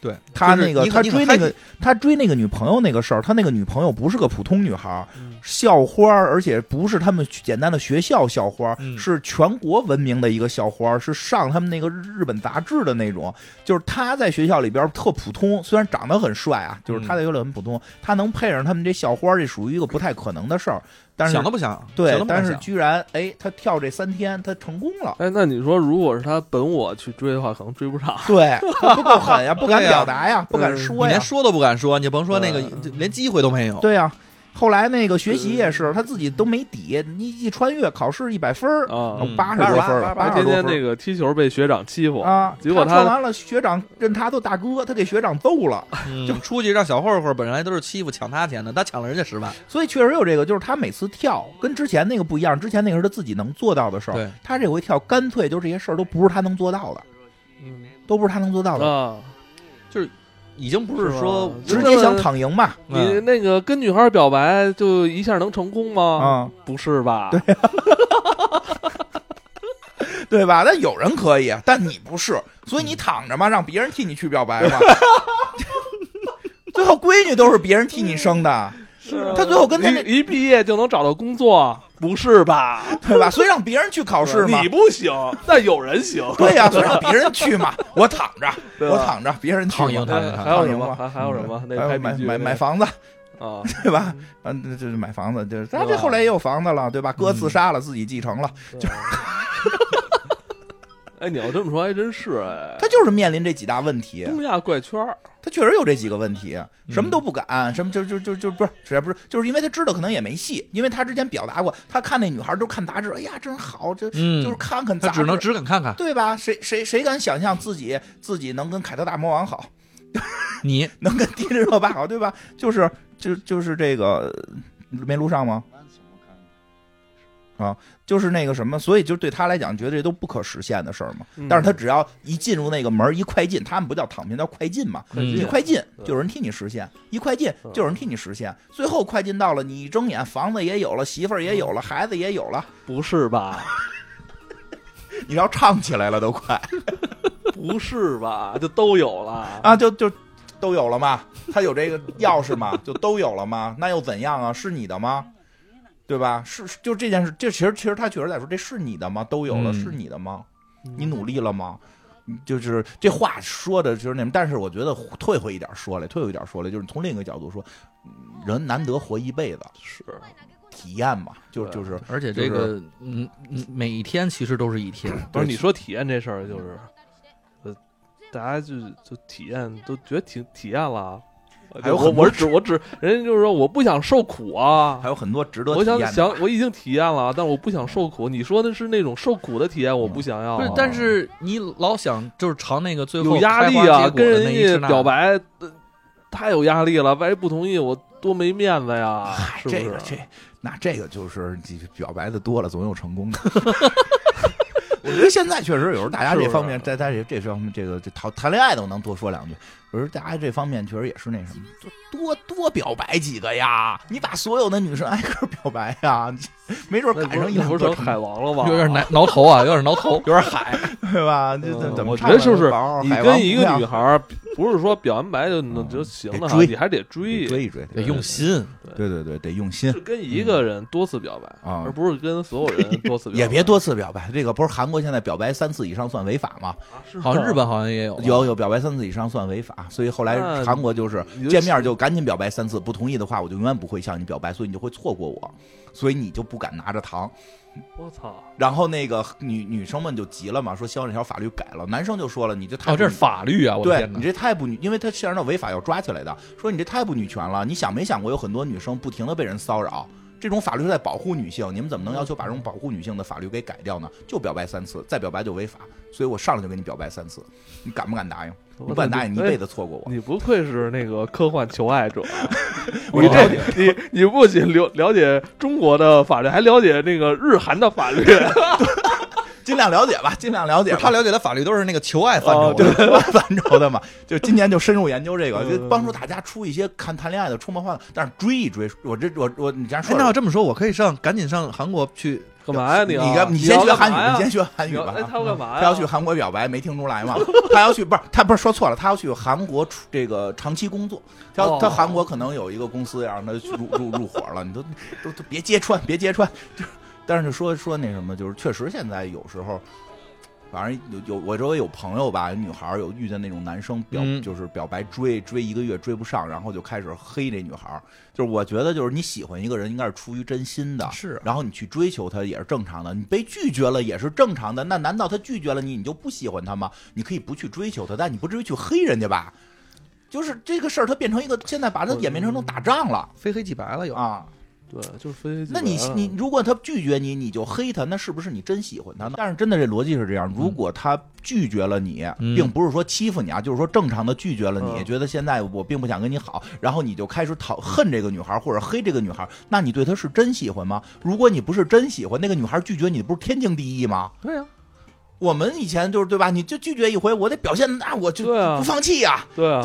S3: 对
S2: 他
S3: 就是
S2: 那个
S3: 你
S2: 他
S3: 很你很
S2: 追那
S3: happy
S2: 个他追那个女朋友那个事儿，他那个女朋友不是个普通女孩儿，
S1: 嗯。
S2: 校花儿，而且不是他们简单的学校校花儿，
S3: 嗯
S2: 是全国闻名的一个校花儿，是上他们那个日本杂志的那种。就是他在学校里边儿特普通，虽然长得很帅啊，就是
S3: 嗯
S2: 他在学校里很普通，他能配上他们这校花儿，这属于一个不太可能的事儿。但是
S3: 想都不想，想
S2: 对
S3: 都，不敢
S2: 但是
S3: 想
S2: 居然哎，他跳这三天，他成功 了。
S1: 哎，那你说，如果是他本我去追的话，可能追不上。
S2: 对，他不够 狠呀，不敢
S3: 对呀
S2: 表达呀，不敢啊
S1: 嗯
S2: 说
S3: 你
S2: 呀
S3: 连，说都不敢说，你甭说那个
S1: 嗯，
S3: 连机会都没有。
S2: 对呀、后来那个学习也
S3: 嗯
S2: 是，他自己都没底，你一穿越考试一百分儿，
S1: 啊，
S3: 嗯
S2: 八十多分
S3: 88
S2: 儿，八
S1: 他天
S2: 十多
S1: 天
S2: 分儿
S1: 那个踢球被学长欺负，
S2: 啊！
S1: 结果
S2: 他
S1: 他
S2: 穿完了，学长认他做大哥，他给学长揍了。
S3: 就出去让小混混本来都是欺负抢他钱的，他抢了人家十万，
S2: 所以确实有这个，就是他每次跳跟之前那个不一样，之前那个是他自己能做到的事儿
S3: 对，
S2: 他这回跳干脆就这些事儿都不是他能做到的，都不是他能做到的，
S1: 啊，
S3: 已经不是
S1: 是
S3: 说嗯
S1: 吧
S2: 直接想躺赢嘛
S1: 你那个跟女孩表白就一下能成功吗？
S2: 啊，
S1: 不是吧？对，
S2: 对吧？但有人可以，但你不是，所以你躺着嘛，让别人替你去表白 嘛。最后闺女都是别人替你生的， 他最后跟他那
S1: 啊一一毕业就能找到工作，不是 吧？
S2: 对吧？所以让别人去考试嘛
S1: 你。不行，但有人行。
S2: 对呀、所以让别人去嘛。我躺着，
S1: 对吧
S2: 我躺着，别人去嘛
S3: 躺赢他
S1: 哎还还有什么？还还有什么？那
S2: 嗯还有
S1: 拍
S2: 买
S1: 比剧
S2: 买
S1: 那
S2: 买
S1: 个
S2: 房子，
S1: 啊，
S2: 对吧？嗯，这这买房子，就是他
S1: 对
S2: 这
S1: 吧嗯
S2: 后来也有房子了，对吧？哥自杀了，自己继承了，
S1: 就。 哎，你要这么说还真是哎，
S2: 他就是面临这几大问题，
S1: 东亚怪圈儿
S2: 他确实有这几个问题，
S3: 嗯
S2: 什么都不敢，什么就就就就不是，实在不是，就是因为他知道可能也没戏，因为他之前表达过，他看那女孩都看杂志，哎呀，真好，这
S3: 嗯
S2: 就是看看
S3: 他
S2: 杂志，
S3: 只能只敢看看
S2: 对吧？谁谁谁敢想象自己自己能跟凯特大魔王好？
S3: 你，
S2: 能跟迪丽热巴好，对吧？就是就就是这个呃没录上吗？啊，就是那个什么，所以就对他来讲，觉得这都不可实现的事儿嘛。
S1: 嗯
S2: 但是他只要一进入那个门儿，一快进，他们不叫躺平，叫快进嘛。
S1: 快
S2: 一
S1: 进
S3: 嗯
S2: 快进
S1: 对
S2: 就有人替你实现，一快进
S1: 嗯
S2: 就有人替你实现。最后快进到了，你一睁眼，房子也有了，媳妇儿也有
S1: 嗯
S2: 了，孩子也有 了，
S1: 不是吧？
S2: 你要唱起来了都快
S1: 啊不是吧？就都有了啊
S2: 啊，就就都有了嘛。他有这个钥匙嘛，就都有了嘛。那又怎样啊？是你的吗？对吧？是是就这件事，这其实其实他确实在说，这是你的吗？都有了，
S3: 嗯
S2: 是你的吗？你
S1: 嗯
S2: 努力了吗？就是这话说的就是那么，但是我觉得退回一点说来，退回一点说来，就是从另一个角度说，嗯人难得活一辈子，
S1: 是
S2: 体验嘛，就
S1: 对
S2: 就是
S3: 而且
S2: 这
S3: 这
S2: 个
S3: 个嗯嗯，每一天其实都是一天，
S1: 不是你说体验这事儿就是，呃，大家就就体验都觉得体体验了。
S2: 还有
S1: 我
S2: 很多
S1: 我是指我指人家就是说我不想受苦啊
S2: 还，有很多值得体
S1: 我
S2: 验
S1: 想
S2: 的。
S1: 想我已经体验了，但我不想受苦。你说的是那种受苦的体验，我不想要
S3: 不
S1: 啊。
S3: 是，但是你老想就是尝那个最后
S1: 有压
S3: 开
S1: 力
S3: 花
S1: 啊，
S3: 结果
S1: 跟
S3: 的那一刹
S1: 人家
S3: 那
S1: 表，白、呃太有压力了，万一不同意我多没面子呀，
S2: 嗨
S1: 啊是不
S2: 啊这个
S1: 是？
S2: 这那这个就是你表白的多了，总有成功 的。我觉得现在确实有时候大家
S1: 是不
S2: 这
S1: 是啊
S2: 方面，在在这这方面，这个这谈谈恋爱都能多说两句。我说大家这方面确实也是那什么，就多多表白几个呀！你把所有的女生挨个表白呀，你没准
S1: 那
S2: 赶
S1: 不
S2: 上
S1: 是
S2: 一
S1: 那
S2: 两
S1: 不
S2: 个
S1: 是成
S2: 成
S1: 海王了吗？
S3: 有点挠挠头啊，有点挠头，有点海，
S2: 对吧？这
S1: 嗯
S2: 这怎么
S1: 我觉
S2: 唱啊
S1: 得
S2: 来
S1: 就是
S2: 着宝
S1: 你
S2: 海王
S1: 跟一个
S2: 姑
S1: 女
S2: 娘
S1: 孩儿，不是说表完白就能
S2: 嗯
S1: 就行
S2: 得
S1: 了，
S2: 追
S1: 你还得追，
S2: 追一追，
S3: 得用心，
S2: 对对对，得用心
S1: 是。跟一个人多次表白
S2: 啊
S1: 而不是跟所有人多次表白。
S2: 也别多次表白，这个不是韩国现在表白三次以上算违法吗？
S1: 啊，是
S3: 好像日
S1: 吧
S3: 本好像也有啊
S2: 有有表白三次以上算违法，所以后来
S1: 那
S2: 韩国就是
S1: 你就
S2: 见面就赶紧表白三次，不同意的话我就永远不会向你表白，所以你就会错过我，所以你就不敢拿着糖。
S1: 我操，
S2: 然后那个女女生们就急了嘛，说希望这条法律改了。男生就说了，你这太
S3: 哦，这
S2: 不
S3: 是法律啊，我的
S2: 对
S3: 天
S2: 你
S3: 哪！
S2: 这太不女，因为他牵扯到违法要抓起来的，说你这太不女权了。你想没想过有很多女生不停的被人骚扰？这种法律是在保护女性，你们怎么能要求把这种保护女性的法律给改掉呢？就表白三次，再表白就违法，所以我上来就给你表白三次，你敢不敢答应？你不敢答应，你一辈
S1: 哎
S2: 子错过我。
S1: 你不愧是那个科幻求爱者，啊
S2: 我
S1: 你
S2: 了
S1: 这你你不仅了了解中国的法律，还了解那个日韩的 法律，
S2: 尽量了解吧，尽量了解吧。
S3: 他了解的法律都是那个求爱范
S1: 哦
S3: 畴
S1: 对
S3: 的，
S2: 反着的嘛，就今年就深入研究这个，
S1: 嗯
S2: 就帮助大家出一些看谈恋爱的出谋划策，但是追一追，我这我我你这样
S3: 哎
S2: 说，
S3: 那要这么说，我可以上赶紧上韩国去
S1: 干嘛呀
S2: 你
S1: 啊
S2: 干
S1: 你
S2: 你先
S1: 要
S2: 学
S1: 干
S2: 韩
S1: 嘛
S2: 语，
S1: 呀
S2: 你先学韩语
S1: 要
S2: 吧啊
S1: 哎，。他要干嘛呀？
S2: 他要去韩国表白，没听出来吗？ 他要去不是他不是说错了，他要去韩国出这个长期工作。他要
S1: 哦
S2: 他韩国可能有一个公司要让他去入 入入伙了，你都都都别揭穿，别揭穿。 就但是就说说那什么，就是确实现在有时候，反正有有我周围有朋友吧，女孩儿有遇见那种男生表、
S3: 嗯
S2: 就是表白追追一个月追不上，然后就开始黑这女孩儿。就是我觉得就是你喜欢一个人应该是出于真心的，
S3: 是啊
S2: 然后你去追求他也是正常的，你被拒绝了也是正常的。那难道他拒绝了你，你就不喜欢他吗？你可以不去追求他，但你不至于去黑人家吧？就是这个事儿，它变成一个现在把它演变成成打仗了
S3: 非黑即白了又。
S2: 啊。
S1: 对，就是非黑即
S2: 那你
S1: 白了
S2: 你如果他拒绝你，你就黑他，那是不是你真喜欢他呢？嗯但是真的这逻辑是这样，如果他拒绝了你，
S3: 嗯
S2: 并不是说欺负你啊，就是说正常的拒绝了你，
S1: 嗯
S2: 觉得现在我并不想跟你好，然后你就开始讨恨这个女孩或者黑这个女孩，那你对她是真喜欢吗？如果你不是真喜欢，那个女孩拒绝你不是天经地义吗？
S3: 对
S1: 啊
S3: 呀、
S2: 我们以前就是对吧？你就拒绝一回，我得表现，那我就
S1: 对啊
S2: 不放弃呀、
S1: 对 啊，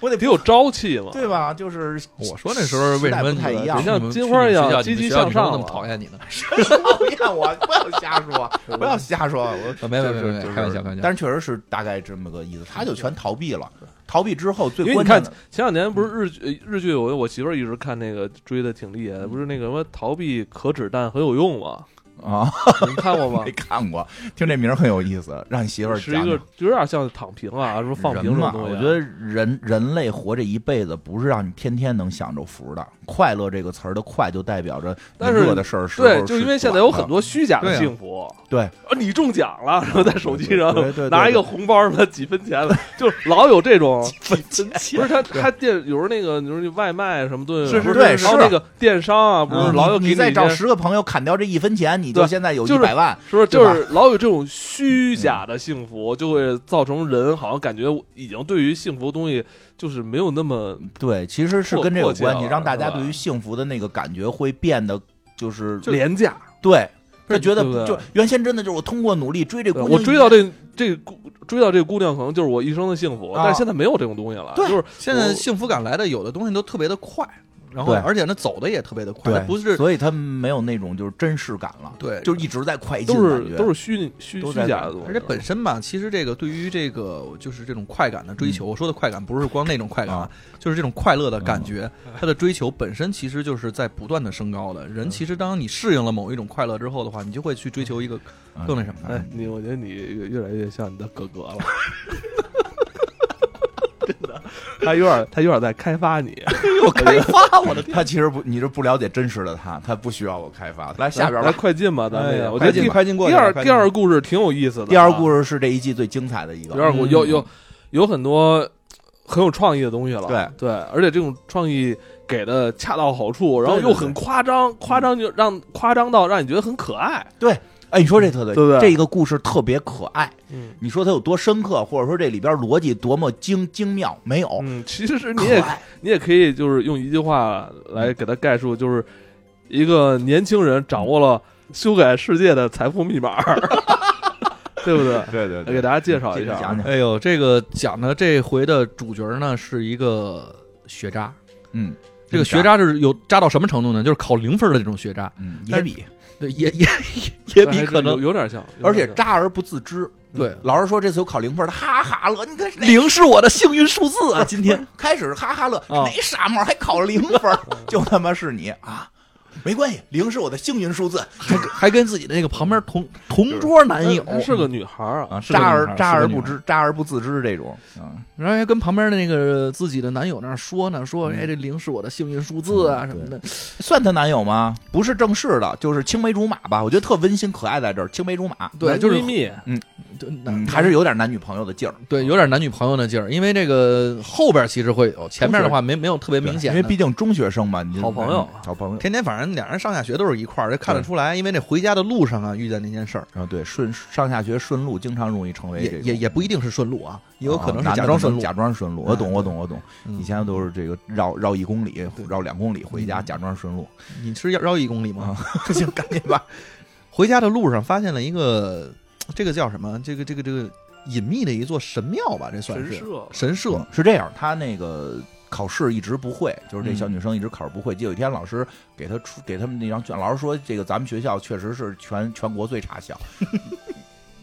S2: 我得
S1: 得有朝气嘛。
S2: 对吧？就是
S3: 我说那时候为什么
S2: 时代不太一
S3: 你
S2: 样
S3: 你们
S1: 像金花一样
S3: 去你
S1: 积极
S3: 们学校你们学校
S1: 向
S3: 女生
S1: 上
S3: 那么
S1: 了
S3: 讨厌你呢？
S2: 讨厌哎我，不要瞎说，不要瞎说，我
S3: 啊没没
S2: 就
S3: 没
S2: 是
S3: 没，
S2: 就是
S3: 开玩笑开玩笑。
S2: 但是确实是大概这么个意思，他就全逃避了。逃避之后
S1: 因
S2: 最
S1: 为你
S2: 关
S1: 看
S2: 键的，
S1: 前两年不是日剧，日剧我我媳妇儿一直看那个追的挺厉害的，不是那个什么逃避可耻但很有用 吗？
S2: 啊，
S1: 你看过吗
S2: 没？看过，听这名儿很有意思，让你媳妇儿
S1: 是一
S2: 讲
S1: 个
S2: 讲。
S1: 有点像躺平啊，什么放平
S2: 人
S1: 这种
S2: 嘛，
S1: 东
S2: 我
S1: 西啊。
S2: 觉得人人类活这一辈子，不是让你天天能享着福的。快乐这个词儿的快，就代表着你
S1: 但是
S2: 乐的事儿时候是
S1: 对，就因为现在有很多虚假
S3: 对
S1: 的
S3: 啊
S1: 幸福，
S2: 对
S1: 啊，你中奖了，然后在手机上
S2: 对对对对
S1: 拿一个红包什么几分钱的，就老有这种。
S2: 短的
S1: 不是他，他电有时候那个，你说那外卖什么东西，
S2: 是是
S1: 不
S2: 对
S1: 然后
S2: 是
S1: 那个电商啊，不是
S2: 嗯
S1: 老有
S2: 你
S1: 给
S2: 你再
S1: 一
S2: 找
S1: 些
S2: 十个朋友砍掉这一分钱，你就
S1: 对
S2: 现在有
S1: 就
S2: 一
S1: 是
S2: 百万。
S1: 是不是
S2: 对
S1: 就
S2: 吧嗯
S1: 是老有这种虚假的幸福，就会造成人好像感觉已经对于幸福东西就是没有那么
S2: 对，其实是
S1: 迫
S2: 跟这有
S1: 迫切
S2: 关系，
S1: 了
S2: 让大
S1: 是
S2: 家
S1: 吧
S2: 对于幸福的那个感觉会变得就是
S1: 廉价。
S2: 对。
S1: 不
S2: 他
S1: 是
S2: 觉得
S1: 对不对
S2: 就原先真的就是我通过努力追这
S1: 对
S2: 姑娘，
S1: 我追到这这个姑追到这个姑娘，可能就是我一生的幸福，
S2: 啊
S1: 但是现在没有这种东西了，
S2: 对
S1: 就是
S3: 现在幸福感来的有的东西都特别的快，然后
S2: 对
S3: 而且呢走的也特别的快，
S2: 对，
S3: 它不是
S2: 所以他没有那种就是真实感了，
S3: 对
S2: 就一直在快进，
S1: 都
S2: 感
S1: 是
S2: 觉
S1: 都是虚虚
S2: 都
S1: 虚
S2: 在
S1: 假的东西。
S3: 而且本身吧，其实这个对于这个就是这种快感的追
S2: 嗯
S3: 求，我说的快感不是光那种快感，啊，就是这种快乐的感觉，它的追求本身其实就是在不断的升高的。
S2: 嗯
S3: 人其实当你适应了某一种快乐之后的话，你就会去追求一个
S2: 嗯
S3: 更那什么的。
S1: 哎，你我觉得你越越来越像你的哥 哥了，真的，他有点他有点在开发你。
S2: 我哎开发我的，他其实不，你是不了解真实的他，他不需要我开发。来 下边
S1: 来
S2: 吧，
S1: 快进吧，咱们
S2: 哎
S1: 也
S2: 呀
S1: 我觉得
S2: 快进
S1: 第
S2: 吧
S3: 快进过去
S1: 第二
S3: 快进
S1: 第二故事挺有意思的啊，
S2: 第二故事是这一季最精彩的一
S1: 第
S2: 个，
S1: 二故
S3: 嗯
S1: 有有有很多很有创意的东西了，
S2: 对
S1: 对，而且这种创意给的恰到好处，然后
S2: 对对
S1: 又很夸张，夸张就让夸张到让你觉得很可爱，
S2: 哎，你说这特对，
S1: 对不对
S2: 这个故事特别可爱，
S1: 嗯
S2: 你说它有多深刻，或者说这里边逻辑多么精精妙，没有，
S1: 嗯，其实
S2: 可
S1: 你也
S2: 爱，
S1: 你也可以就是用一句话来给他概述，就是一个年轻人掌握了修改世界的财富密码， 对不对？
S2: 对对
S1: 给大家介绍一
S2: 接着
S1: 下
S2: 讲， 讲，
S3: 哎呦，这个讲的这回的主角呢是一个学渣，
S2: 嗯，
S3: 这个学，渣就是有渣到什么程度呢？就是考零分的这种学渣，
S2: 嗯，
S3: 但
S2: 也
S3: 是
S2: 比，
S3: 对，也也也
S1: 还
S3: 比
S1: 是
S3: 可
S1: 有
S3: 能
S1: 有点像，有点
S2: 而且
S1: 像
S2: 渣而不自知，
S3: 对
S2: 老师说这次有考零分的，哈哈乐。你看谁
S3: 零是我的幸运数字啊！今天
S2: 开始哈哈乐，
S3: 啊
S2: 哪傻帽还考零分？就他妈是你啊！没关系，零是我的幸运数字。
S3: 还 还跟自己的那个旁边同同桌男友
S1: 她是个女孩儿啊，
S3: 哎是个
S2: 渣
S3: 女孩
S2: 而
S3: 儿
S2: 渣
S3: 是个
S2: 而
S3: 女
S2: 不
S3: 孩儿
S2: 知，渣而不自知这种，嗯，
S3: 然后还跟旁边的那个自己的男友那儿说呢，说哎这零是我的幸运数字啊
S2: 嗯
S3: 什么的，
S2: 算她男友吗？不是正式的，就是青梅竹马吧。我觉得特温馨可爱，在这儿青梅竹马，
S3: 对，
S1: 男
S3: 就是
S1: 闺蜜，
S3: 就男
S2: 嗯，还是有点男女朋友的劲儿。
S3: 对有点男女朋友那劲儿，因为这个后边其实会有，前面的话没没有特别明显
S2: 因
S3: 的，
S2: 为毕竟中学生嘛，你就
S1: 好朋友
S2: 嗯好朋友
S3: 天天反正俩人上下学都是一块儿，这看得出来，因为那回家的路上啊遇见那件事儿，
S2: 啊，对，顺上下学顺路，经常容易成为哎这种
S3: 也
S2: 哦
S3: 也也不一定是顺路啊，也
S2: 也
S3: 有可能是假装顺路，
S2: 假装顺路。我懂，我懂，我懂。
S3: 嗯
S2: 以前都是这个绕绕一公里，绕两公里回家，
S3: 嗯
S2: 假装顺路。
S3: 你是要绕一公 里吗？
S2: 行，赶紧吧。
S3: 回家的路上发现了一个，这个叫什么？这个这个这个隐秘的一座神庙吧，这算
S1: 神
S3: 是
S1: 社，
S3: 神社。
S2: 是这样，他那个考试一直不会，就是这小女生一直考试不会。就有一天老师给她出给他们那张卷，老师说这个咱们学校确实是全全国最差校。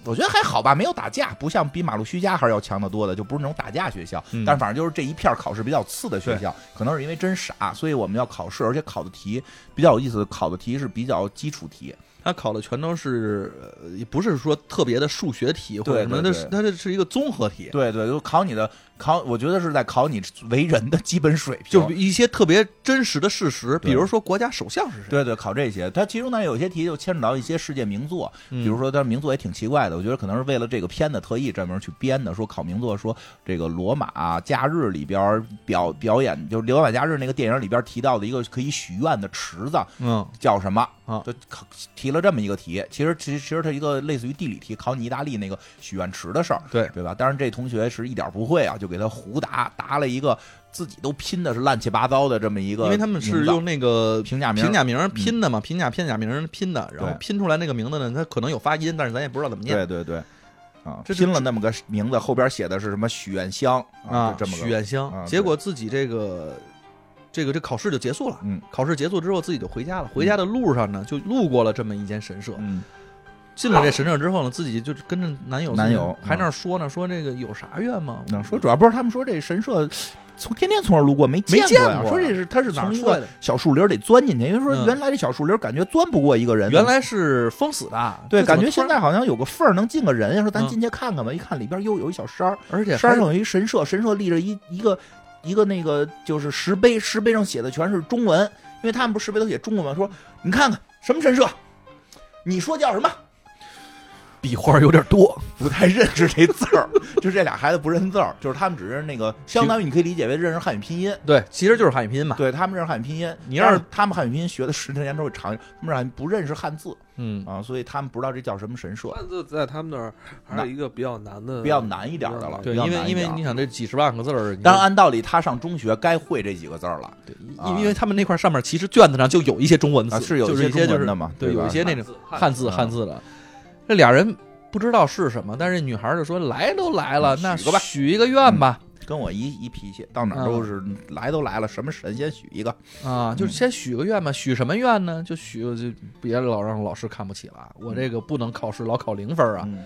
S2: 我觉得还好吧，没有打架，不像比马路徐家还是要强得多的，就不是那种打架学校。
S3: 嗯
S2: 但反正就是这一片考试比较次的学校，可能是因为真傻，所以我们要考试，而且考的题比较有意思，考的题是比较基础题，
S3: 他考的全都是，呃，也不是说特别的数学题或者
S2: 对
S3: 什么的，
S2: 对
S3: 它是它这是一个综合题。
S2: 对对，就考你的考，我觉得是在考你为人的基本水平，
S3: 就是一些特别真实的事实，
S2: 对
S3: 比如说国家首相是谁，
S2: 对对，考这些。它其中呢有些题就牵扯到一些世界名作，
S3: 比
S2: 比如说它名作也挺奇怪的，我觉得可能是为了这个片子特意专门去编的，说考名作，说这个《罗马假日》里边表表演，就是《罗马假日》那个电影里边提到的一个可以许愿的池子
S3: 嗯
S2: 叫什么
S3: 啊
S2: 就考提了这么一个题，其实其实其实它一个类似于地理题，考你意大利那个许愿池的事儿，
S3: 对
S2: 对吧？当然这同学是一点儿不会啊，就给他胡答，答了一个自己都拼的是乱七八糟的这么一个名字，
S3: 因为他们是用那个
S2: 评价名嗯
S3: 平假名拼的嘛，平假片假名拼的，然后
S2: 对
S3: 拼出来那个名字呢，它可能有发音，但是咱也不知道怎么念
S2: 对对对，啊，
S3: 这是
S2: 拼了那么个名字，后边写的是什么许愿箱
S3: 啊。
S2: 就这么
S3: 许
S2: 个
S3: 愿
S2: 啊
S3: 香，
S2: 对
S3: 结果自己这个这个这考试就结束了。
S2: 嗯
S3: 考试结束之后，自己就回家了。回家的路上呢，就路过了这么一间神社。
S2: 嗯，
S3: 进了这神社之后呢，自己就跟着男友，
S2: 男友嗯
S3: 还那儿说呢，说这个有啥愿吗？
S2: 那说主要不是他们说这神社从天天从这儿路过没见
S3: 没见
S2: 过呀，
S3: 过
S2: 说这是他是
S3: 哪
S2: 从
S3: 儿
S2: 一
S3: 出来
S2: 个
S3: 的？
S2: 小树林儿得钻进去，因为说
S3: 嗯
S2: 原来这小树林儿感觉钻不过一个人，
S3: 原来是封死的，
S2: 对，
S3: 这怎
S2: 感
S3: 么
S2: 觉现
S3: 突然，
S2: 在好像有个缝儿能进个人，说咱
S3: 嗯
S2: 进去看看吧，一看里边又有一小山儿，
S3: 而且
S2: 山
S3: 还
S2: 上有一神社，神社立着一一个一个那个就是石碑，石碑上写的全是中文，因为他们不是石碑都写中文吗？说你看看什么神社，你说叫什么？
S3: 笔画有点多，
S2: 不太认识这字儿， 就这俩孩子不认字儿，就是他们只是那个，相当于你可以理解为认识汉语拼音。
S3: 对，其实就是汉语拼音嘛。
S2: 对他们认识汉语拼音，
S3: 你啊要是
S2: 但他们汉语拼音学的十年之后长，他们不认识汉字
S3: 嗯，
S2: 啊，所以他们不知道这叫什么神社，
S1: 汉字在他们那儿还是一个比较难的，
S2: 比较难一点的了。
S3: 对，
S2: 比较
S3: 因为
S2: 难一
S3: 因为
S2: 点
S3: 你想这几十万个字儿，你
S2: 当然按道理他上中学该会这几个字儿了，
S3: 对
S2: 啊
S3: 因因为他们那块上面其实卷子上就有一些中文
S2: 啊
S3: 字，
S2: 是有
S3: 就
S2: 一
S3: 是
S2: 些
S3: 一些
S2: 中
S3: 就
S2: 文
S3: 是
S2: 的嘛，
S3: 对，
S2: 吧
S3: 有一？些那种
S1: 字
S3: 汉字啊
S2: 嗯
S3: 汉字的。这俩人不知道是什么，但是女孩就说来都来了，
S2: 嗯
S3: 那
S2: 许个吧
S3: 啊许一个愿吧，
S2: 跟我一一脾气，到哪儿都是来都来了，什么神仙许一个，
S3: 啊，就
S2: 嗯
S3: 先许个愿吧。许什么愿呢？就许就别老让老师看不起了，我这个不能考试老考零分啊，
S2: 嗯，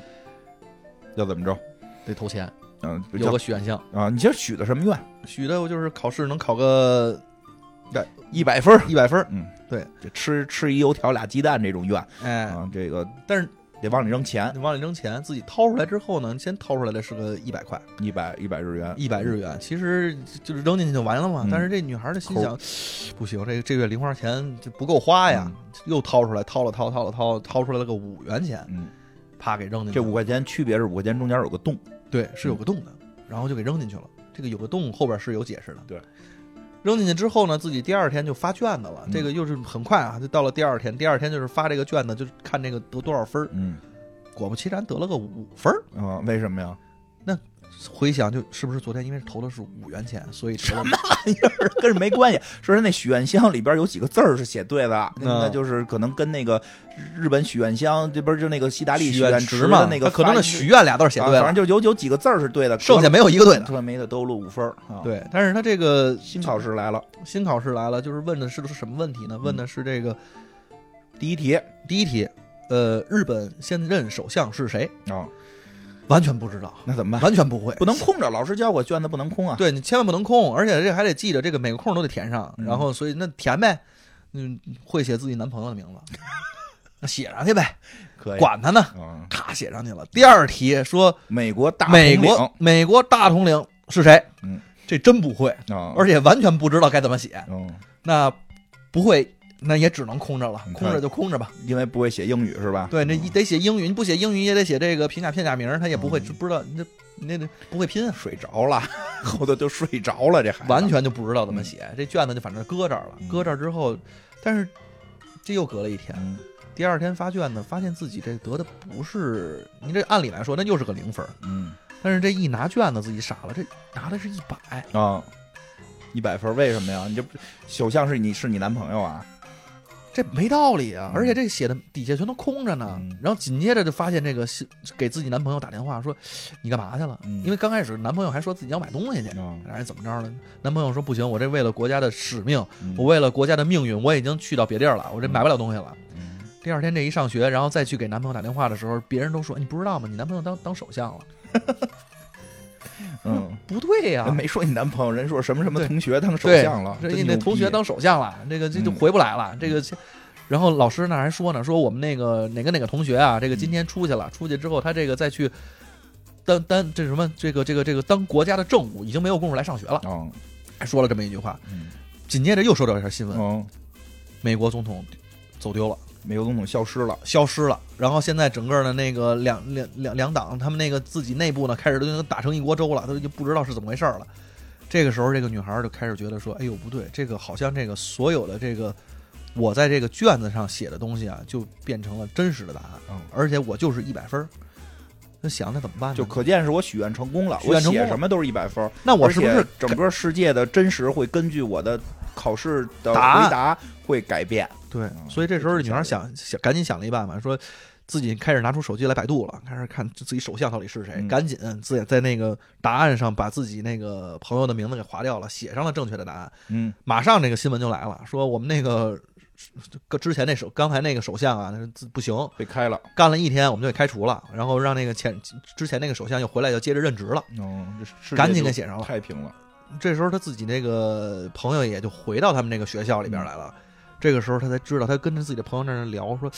S2: 要怎么着？
S3: 得投钱，
S2: 嗯，
S3: 有
S2: 要
S3: 个许愿项。
S2: 啊，你今儿许的什么愿？
S3: 许的我就是考试能考个哎
S2: 一百分儿，
S3: 一百分儿，
S2: 嗯，
S3: 对，
S2: 吃吃一油条俩鸡蛋这种愿
S3: 哎，
S2: 啊，这个
S3: 但是
S2: 得往里扔钱，
S3: 你往里扔钱，自己掏出来之后呢，先掏出来的是个一百块，
S2: 一百一百日元，
S3: 一百日元，其实就是扔进去就完了嘛
S2: 嗯。
S3: 但是这女孩的心想，不行，这这月零花钱这不够
S2: 哎
S3: 花呀，
S2: 嗯
S3: 又掏出来，掏了掏，掏了掏，掏出来了个五元钱，
S2: 嗯，
S3: 啪给扔进去
S2: 这
S3: 了。
S2: 五嗯块钱区别是五块钱中间有个洞，
S3: 对是有个洞的，然后就给扔进去了。这个有个洞后边是有解释的。
S2: 对，
S3: 扔进去之后呢，自己第二天就发卷子了。
S2: 嗯
S3: 这个又是很快啊，就到了第二天，第二天就是发这个卷子，就是看这个得多少分儿。
S2: 嗯
S3: 果不其然得了个五分儿。
S2: 啊，为什么呀？
S3: 回想就是不是昨天因为投的是五元钱，所以得了
S2: 跟这没关系，说是那许愿箱里边有几个字儿是写对的，
S3: 嗯
S2: 那就是可能跟那个日本许愿箱，这不是就那个意大利许愿池
S3: 池
S2: 的
S3: 嘛，
S2: 那个
S3: 他可能
S2: 发
S3: 那
S2: 音
S3: 许愿俩字儿写
S2: 啊
S3: 对了，
S2: 反正就有有几个字儿是对的，
S3: 剩下没有一个对的。
S2: 特没的都了五分儿啊。，
S3: 对，但是他这个
S2: 新考试来了，
S3: 新考试来了，就是问的是是什么问题呢？问的是这个
S2: 第一题啊
S3: 第一题，呃，日本现任首相是谁？，
S2: 哦
S3: 完全不知道，
S2: 那怎么办？
S3: 嗯完全不会。
S2: 不能空着，老师教我卷子不能空啊。
S3: 对你千万不能空，而且这还得记着，这个每个空都得填上。
S2: 嗯
S3: 然后，所以那填呗，嗯，会写自己男朋友的名字，那写上 去呗，
S2: 可以。
S3: 管他呢，
S2: 嗯，
S3: 咔写上去了。第二题说
S2: 美国大统
S3: 美
S2: 领
S3: 国美国大统领是谁？
S2: 嗯，
S3: 这真不会，
S2: 啊，
S3: 而且完全不知道该怎么写。
S2: 嗯，
S3: 那不会，那也只能空着了
S2: 你，看
S3: 空着就空着吧。
S2: 因为不会写英语是吧？
S3: 对，那一得写英语，你不写英语也得写这个平假片假名，他也不会，就不知道你这那那不会拼啊，
S2: 睡着了， 后头就睡着了，这孩子
S3: 完全就不知道怎么写。这卷子就反正搁这儿了
S2: 嗯，
S3: 搁这儿之后，但是这又隔了一天，
S2: 嗯
S3: 第二天发卷子，发现自己这得的不是，你这按理来说那又是个零分儿，
S2: 嗯
S3: 但是这一拿卷子自己傻了，这拿的是一百，
S2: 啊，一百分儿为什么呀？你这首相是你是你男朋友啊？
S3: 这没道理啊！
S2: 嗯
S3: 而且这写的底下全都空着呢。
S2: 嗯
S3: 然后紧接着就发现这个信给自己男朋友打电话说：“你干嘛去了？”
S2: 嗯
S3: 因为刚开始男朋友还说自己要买东西去，
S2: 啊，
S3: 俩人怎么着呢？男朋友说：“不行，我这为了国家的使命，
S2: 嗯
S3: 我为了国家的命运，我已经去到别地儿了，我这买不了东西了。
S2: 嗯
S3: 第二天这一上学，然后再去给男朋友打电话的时候，别人都说：“你不知道吗？你男朋友当当首相了。
S2: 嗯”
S3: 不对呀、
S2: 没说你男朋友，人说什么什么
S3: 对
S2: 同学当首
S3: 对
S2: 相了，
S3: 这
S2: 真
S3: 你那
S2: 牛
S3: 同
S2: 逼
S3: 学当首相了，这个这就
S2: 嗯
S3: 回不来了，这个。然后老师那嗯还说呢，说我们那个哪个哪个同学啊，这个今天出去了，出去之后他这个再去担担这什么这个这个这个当国家的政务，已经没有功夫来上学了。
S2: 嗯
S3: 还哎说了这么一句话，
S2: 嗯
S3: 紧接着又收到一条新闻，
S2: 嗯，
S3: 美国总统走丢了，
S2: 美国总统消失了，
S3: 消失了。然后现在整个的那个两两两两党，他们那个自己内部呢，开始都已经打成一锅粥了，都已经不知道是怎么回事儿了。这个时候，这个女孩儿就开始觉得说：“哎呦，不对，这个好像这个所有的这个我在这个卷子上写的东西啊，就变成了真实的答案，
S2: 嗯
S3: 而且我就是一百分儿。”那想那怎么办呢？
S2: 就可见是我许愿成功了，
S3: 许
S2: 我
S3: 愿成功
S2: 写
S3: 了
S2: 什么都是一百分儿，
S3: 那我是不
S2: 而
S3: 是
S2: 且整个世界的真实会根据我的考试的
S3: 答案
S2: 回答会改变？
S3: 对，
S2: 嗯
S3: 所以这时候
S2: 这
S3: 这
S2: 挺
S3: 女孩
S2: 吓
S3: 想想赶紧想了一办法，说自己开始拿出手机来百度了，开始看自己手相到底是谁，
S2: 嗯
S3: 赶紧自己在那个答案上把自己那个朋友的名字给划掉了，写上了正确的答案。
S2: 嗯
S3: 马上这个新闻就来了，说我们那个。个之前那首刚才那个首相啊，自不行，
S2: 被开了，
S3: 干了一天我们就给开除了，然后让那个前之前那个首相又回来又接着任职了。
S2: 嗯，这世界
S3: 赶紧
S2: 就
S3: 给写上了
S2: 太平了，
S3: 这时候他自己那个朋友也就回到他们那个学校里边来
S2: 嗯
S3: 了。这个时候他才知道，他跟着自己的朋友那儿聊说：“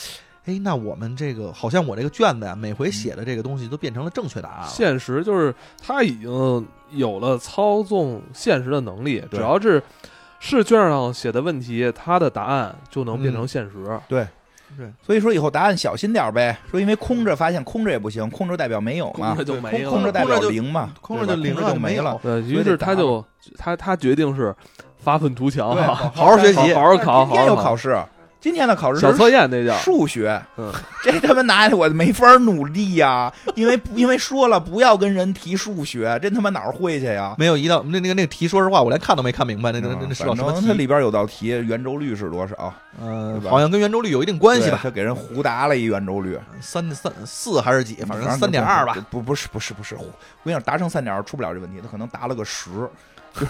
S3: 哎，那我们这个好像我这个卷子呀、每回写的这个东西都变成了正确答
S2: 啊
S3: 案了。
S1: 现实就是他已经有了操纵现实的能力，只
S2: 对
S1: 要是试卷上写的问题，他的答案就能变成
S3: 嗯
S1: 现实。
S2: 啊所以说以后答案小心点儿呗。说因为空着发现空着也不行，空着代表没有嘛
S1: 空着，就没了，
S2: 空着代表
S3: 空着就
S2: 零嘛，
S3: 空
S2: 对
S3: 着
S2: 吧
S3: 就零
S2: 空
S3: 了
S2: 就没
S3: 没
S2: 了
S3: 有。
S1: 对，
S2: 所
S1: 于
S2: 以得
S1: 是他
S2: 打
S1: 就他他决定是发愤图强
S2: 对，
S1: 啊，
S2: 好
S3: 好 好学习
S1: 好好好考，
S2: 今天
S1: 好
S2: 有
S1: 好
S2: 考
S1: 考，
S2: 试，今天的考试
S1: 小
S2: 是
S1: 测验那叫
S2: 数学，
S1: 嗯，
S2: 这他妈拿下来我没法努力呀、因为因为说了不要跟人提数学，这他妈哪儿会去呀”？
S3: 没有一道那那个那个题，说实话我连看都没看明白，那那那那是道
S2: 嗯反
S3: 什么
S2: 正它
S3: 题？
S2: 里边有道题，圆周率是多少？
S3: 呃
S2: 对，吧
S3: 好像跟圆周率有一定关系
S2: 对
S3: 吧，
S2: 他给人胡答了一圆周率，
S3: 三三四还是几？反正
S2: 就
S3: 三点二吧。。
S2: 不不是不是不是，我跟你讲，答成三点二出不了这问题，他可能答了个十，就是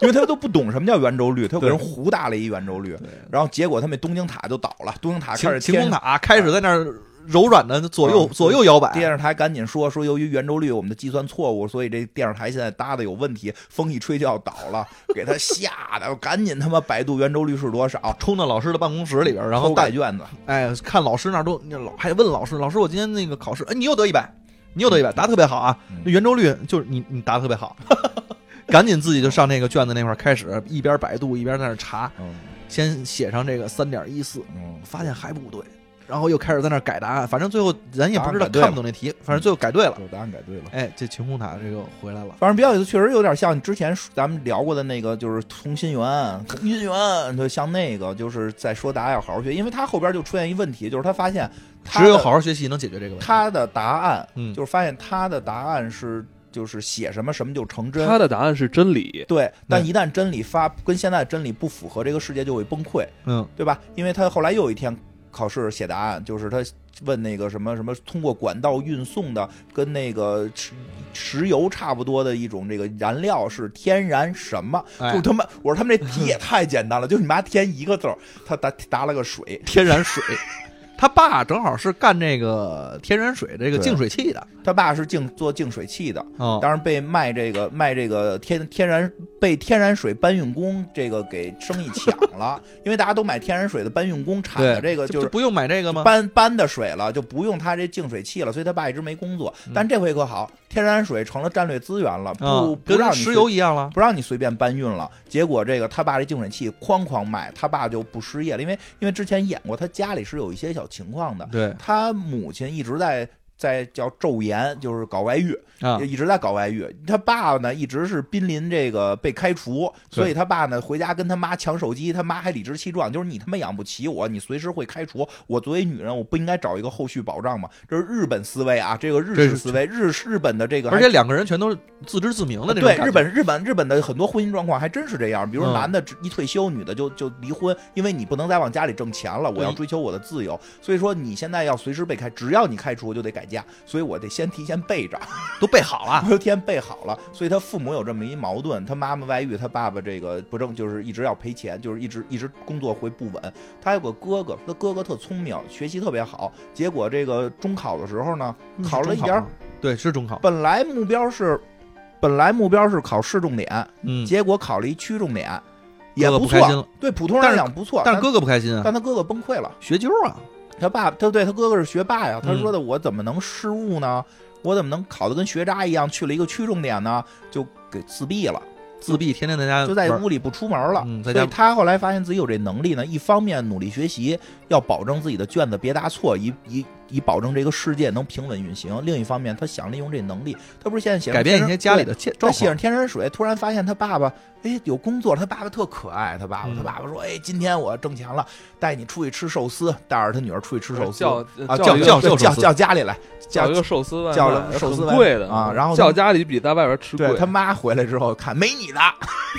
S2: 因为他都不懂什么叫圆周率，他给人胡答了一圆周率，然后结果他们东京塔就倒了，东京塔开
S3: 晴
S2: 始
S3: 晴空
S2: 天
S3: 塔开始在那儿柔软的左右
S2: 啊
S3: 左右摇摆，
S2: 电视台赶紧说说，由于圆周率我们的计算错误，所以这电视台现在搭的有问题，风一吹就要倒了，给他吓得赶紧他妈百度圆周率是多少，
S3: 冲到老师的办公室里边，然后
S2: 偷
S3: 带
S2: 改卷子，
S3: 哎，看老师那儿都那老还问老师，老师我今天那个考试，哎，你又得一百，你又得一百，答得特别好啊
S2: 嗯！
S3: 那圆周率就是你你答得特别好， 赶紧自己就上那个卷子那块儿开始一边百度一边在那儿查，
S2: 嗯
S3: 先写上这个三点一四，
S2: 嗯，
S3: 发现还不对，然后又开始在那儿改答案，反正最后咱也不知
S2: 答
S3: 道
S2: 案改对了嗯
S3: 看不懂那题，反正最后改对了。
S2: 有答案改对了。
S3: 哎，这晴空塔这个回来了，
S2: 反正比较有，确实有点像你之前咱们聊过的那个，就是同心圆，同心圆，就像那个，就是在说大家要好好学，因为他后边就出现一问题，就是他发现他
S3: 只
S2: 的
S3: 有好好学习能解决这个问题。
S2: 他的答案，
S3: 嗯
S2: 就是发现他的答案是就是写什么什么就成真，
S1: 他的答案是真理，
S2: 对，但
S3: 嗯
S2: 一旦真理发跟现在的真理不符合，这个世界就会崩溃，
S3: 嗯，
S2: 对吧？因为他后来又有一天考试写答案，就是他问那个什么什么通过管道运送的跟那个石石油差不多的一种这个燃料是天然什么？
S3: 哎
S2: 就，他妈，我说他们这题也太简单了，就你妈填一个字儿，他答答了个水，
S3: 天然水。 他爸正好是干这个天然水这个
S2: 对
S3: 净水器的
S2: 他爸是净做净水器的，
S3: 哦，
S2: 当然被卖这个卖这个天天然被天然水搬运工这个给生意抢了，因为大家都买天然水的搬运工产的
S3: 对，
S2: 这个就是
S3: 不用买这个吗？
S2: 搬搬的水了，就不用他这净水器了，所以他爸一直没工作
S3: 嗯。
S2: 但这回可好，天然水成了战略资源了，
S3: 啊
S2: 不不让
S3: 跟
S2: 你
S3: 石
S2: 随
S3: 油一样了。
S2: 不让你随便搬运了。结果这个他爸这净水器哐哐卖，他爸就不失业了，因为因为之前演过，他家里是有一些小情况的，
S3: 对
S2: 他母亲一直在。在叫昼颜，就是搞外遇，
S3: 啊，
S2: 一直在搞外遇。他爸呢，一直是濒临这个被开除，
S3: 对
S2: 所以他爸呢回家跟他妈抢手机，他妈还理直气壮，就是你他妈养不起我，你随时会开除我。作为女人，我不应该找一个后续保障吗？这是日本思维啊，这个日
S3: 这
S2: 式
S3: 是
S2: 思维，日日本的这个还
S3: 而且两个人全都是自知自明的那种
S2: 对
S3: 感觉
S2: 日本日本日本的很多婚姻状况还真是这样，比如
S3: 嗯
S2: 男的只一退休，女的就就离婚，因为你不能再往家里挣钱了，我要
S3: 对
S2: 追求我的自由，所以说你现在要随时被开，只要你开除就得改嫁，所以我得先提前备着，
S3: 都备好了。
S2: 我都提前备好了，所以他父母有这么一矛盾，他妈妈外遇，他爸爸这个不正就是一直要赔钱，就是一直一直工作会不稳，他有个哥哥，他哥哥特聪明，学习特别好，结果这个中考的时候呢，
S3: 嗯
S2: 考了一点儿，
S3: 对，是中考。
S2: 本来目标是。本来目标是考市重点，
S3: 嗯，
S2: 结果考了一区重点，也
S3: 哥哥不
S2: 错。
S3: 开心了，
S2: 对普通人来讲不错，
S3: 但是哥哥不开心
S2: 但
S3: 啊，
S2: 但他哥哥崩溃了。
S3: 学究啊，嗯
S2: 他爸，他对他哥哥是学霸呀，他说的我怎么能失误呢？我怎么能考得跟学渣一样，去了一个区重点呢？就给自闭了，
S3: 自闭，天天在家
S2: 就在
S3: 玩
S2: 屋里不出门了。
S3: 嗯在
S2: 所
S3: 家
S2: 以他后来发现自己有这能力呢，一方面努力学习，要保证自己的卷子别答错，以以以保证这个世界能平稳运行；另一方面，他想利用这能力，他不是现在写上
S3: 改变一
S2: 天
S3: 些
S2: 山
S3: 家里
S2: 对
S3: 的现
S2: 他
S3: 状
S2: 写
S3: 况
S2: 上。天山水，突然发现他爸爸哎有工作了，他爸爸特可爱，他爸爸、
S1: 嗯
S2: 他爸爸说哎今天我挣钱了，带你出去吃寿司，带着他女儿出去吃寿司
S1: 叫
S2: 啊
S1: 叫
S2: 叫
S1: 一个
S2: 叫叫
S3: 叫寿司
S2: 叫家里来
S1: 叫
S2: 叫
S1: 一个寿司外卖，
S2: 叫了寿司外
S1: 很
S2: 卖
S1: 贵的
S2: 啊然后
S1: 叫家里比在外边吃贵
S2: 对。他妈回来之后看没你大，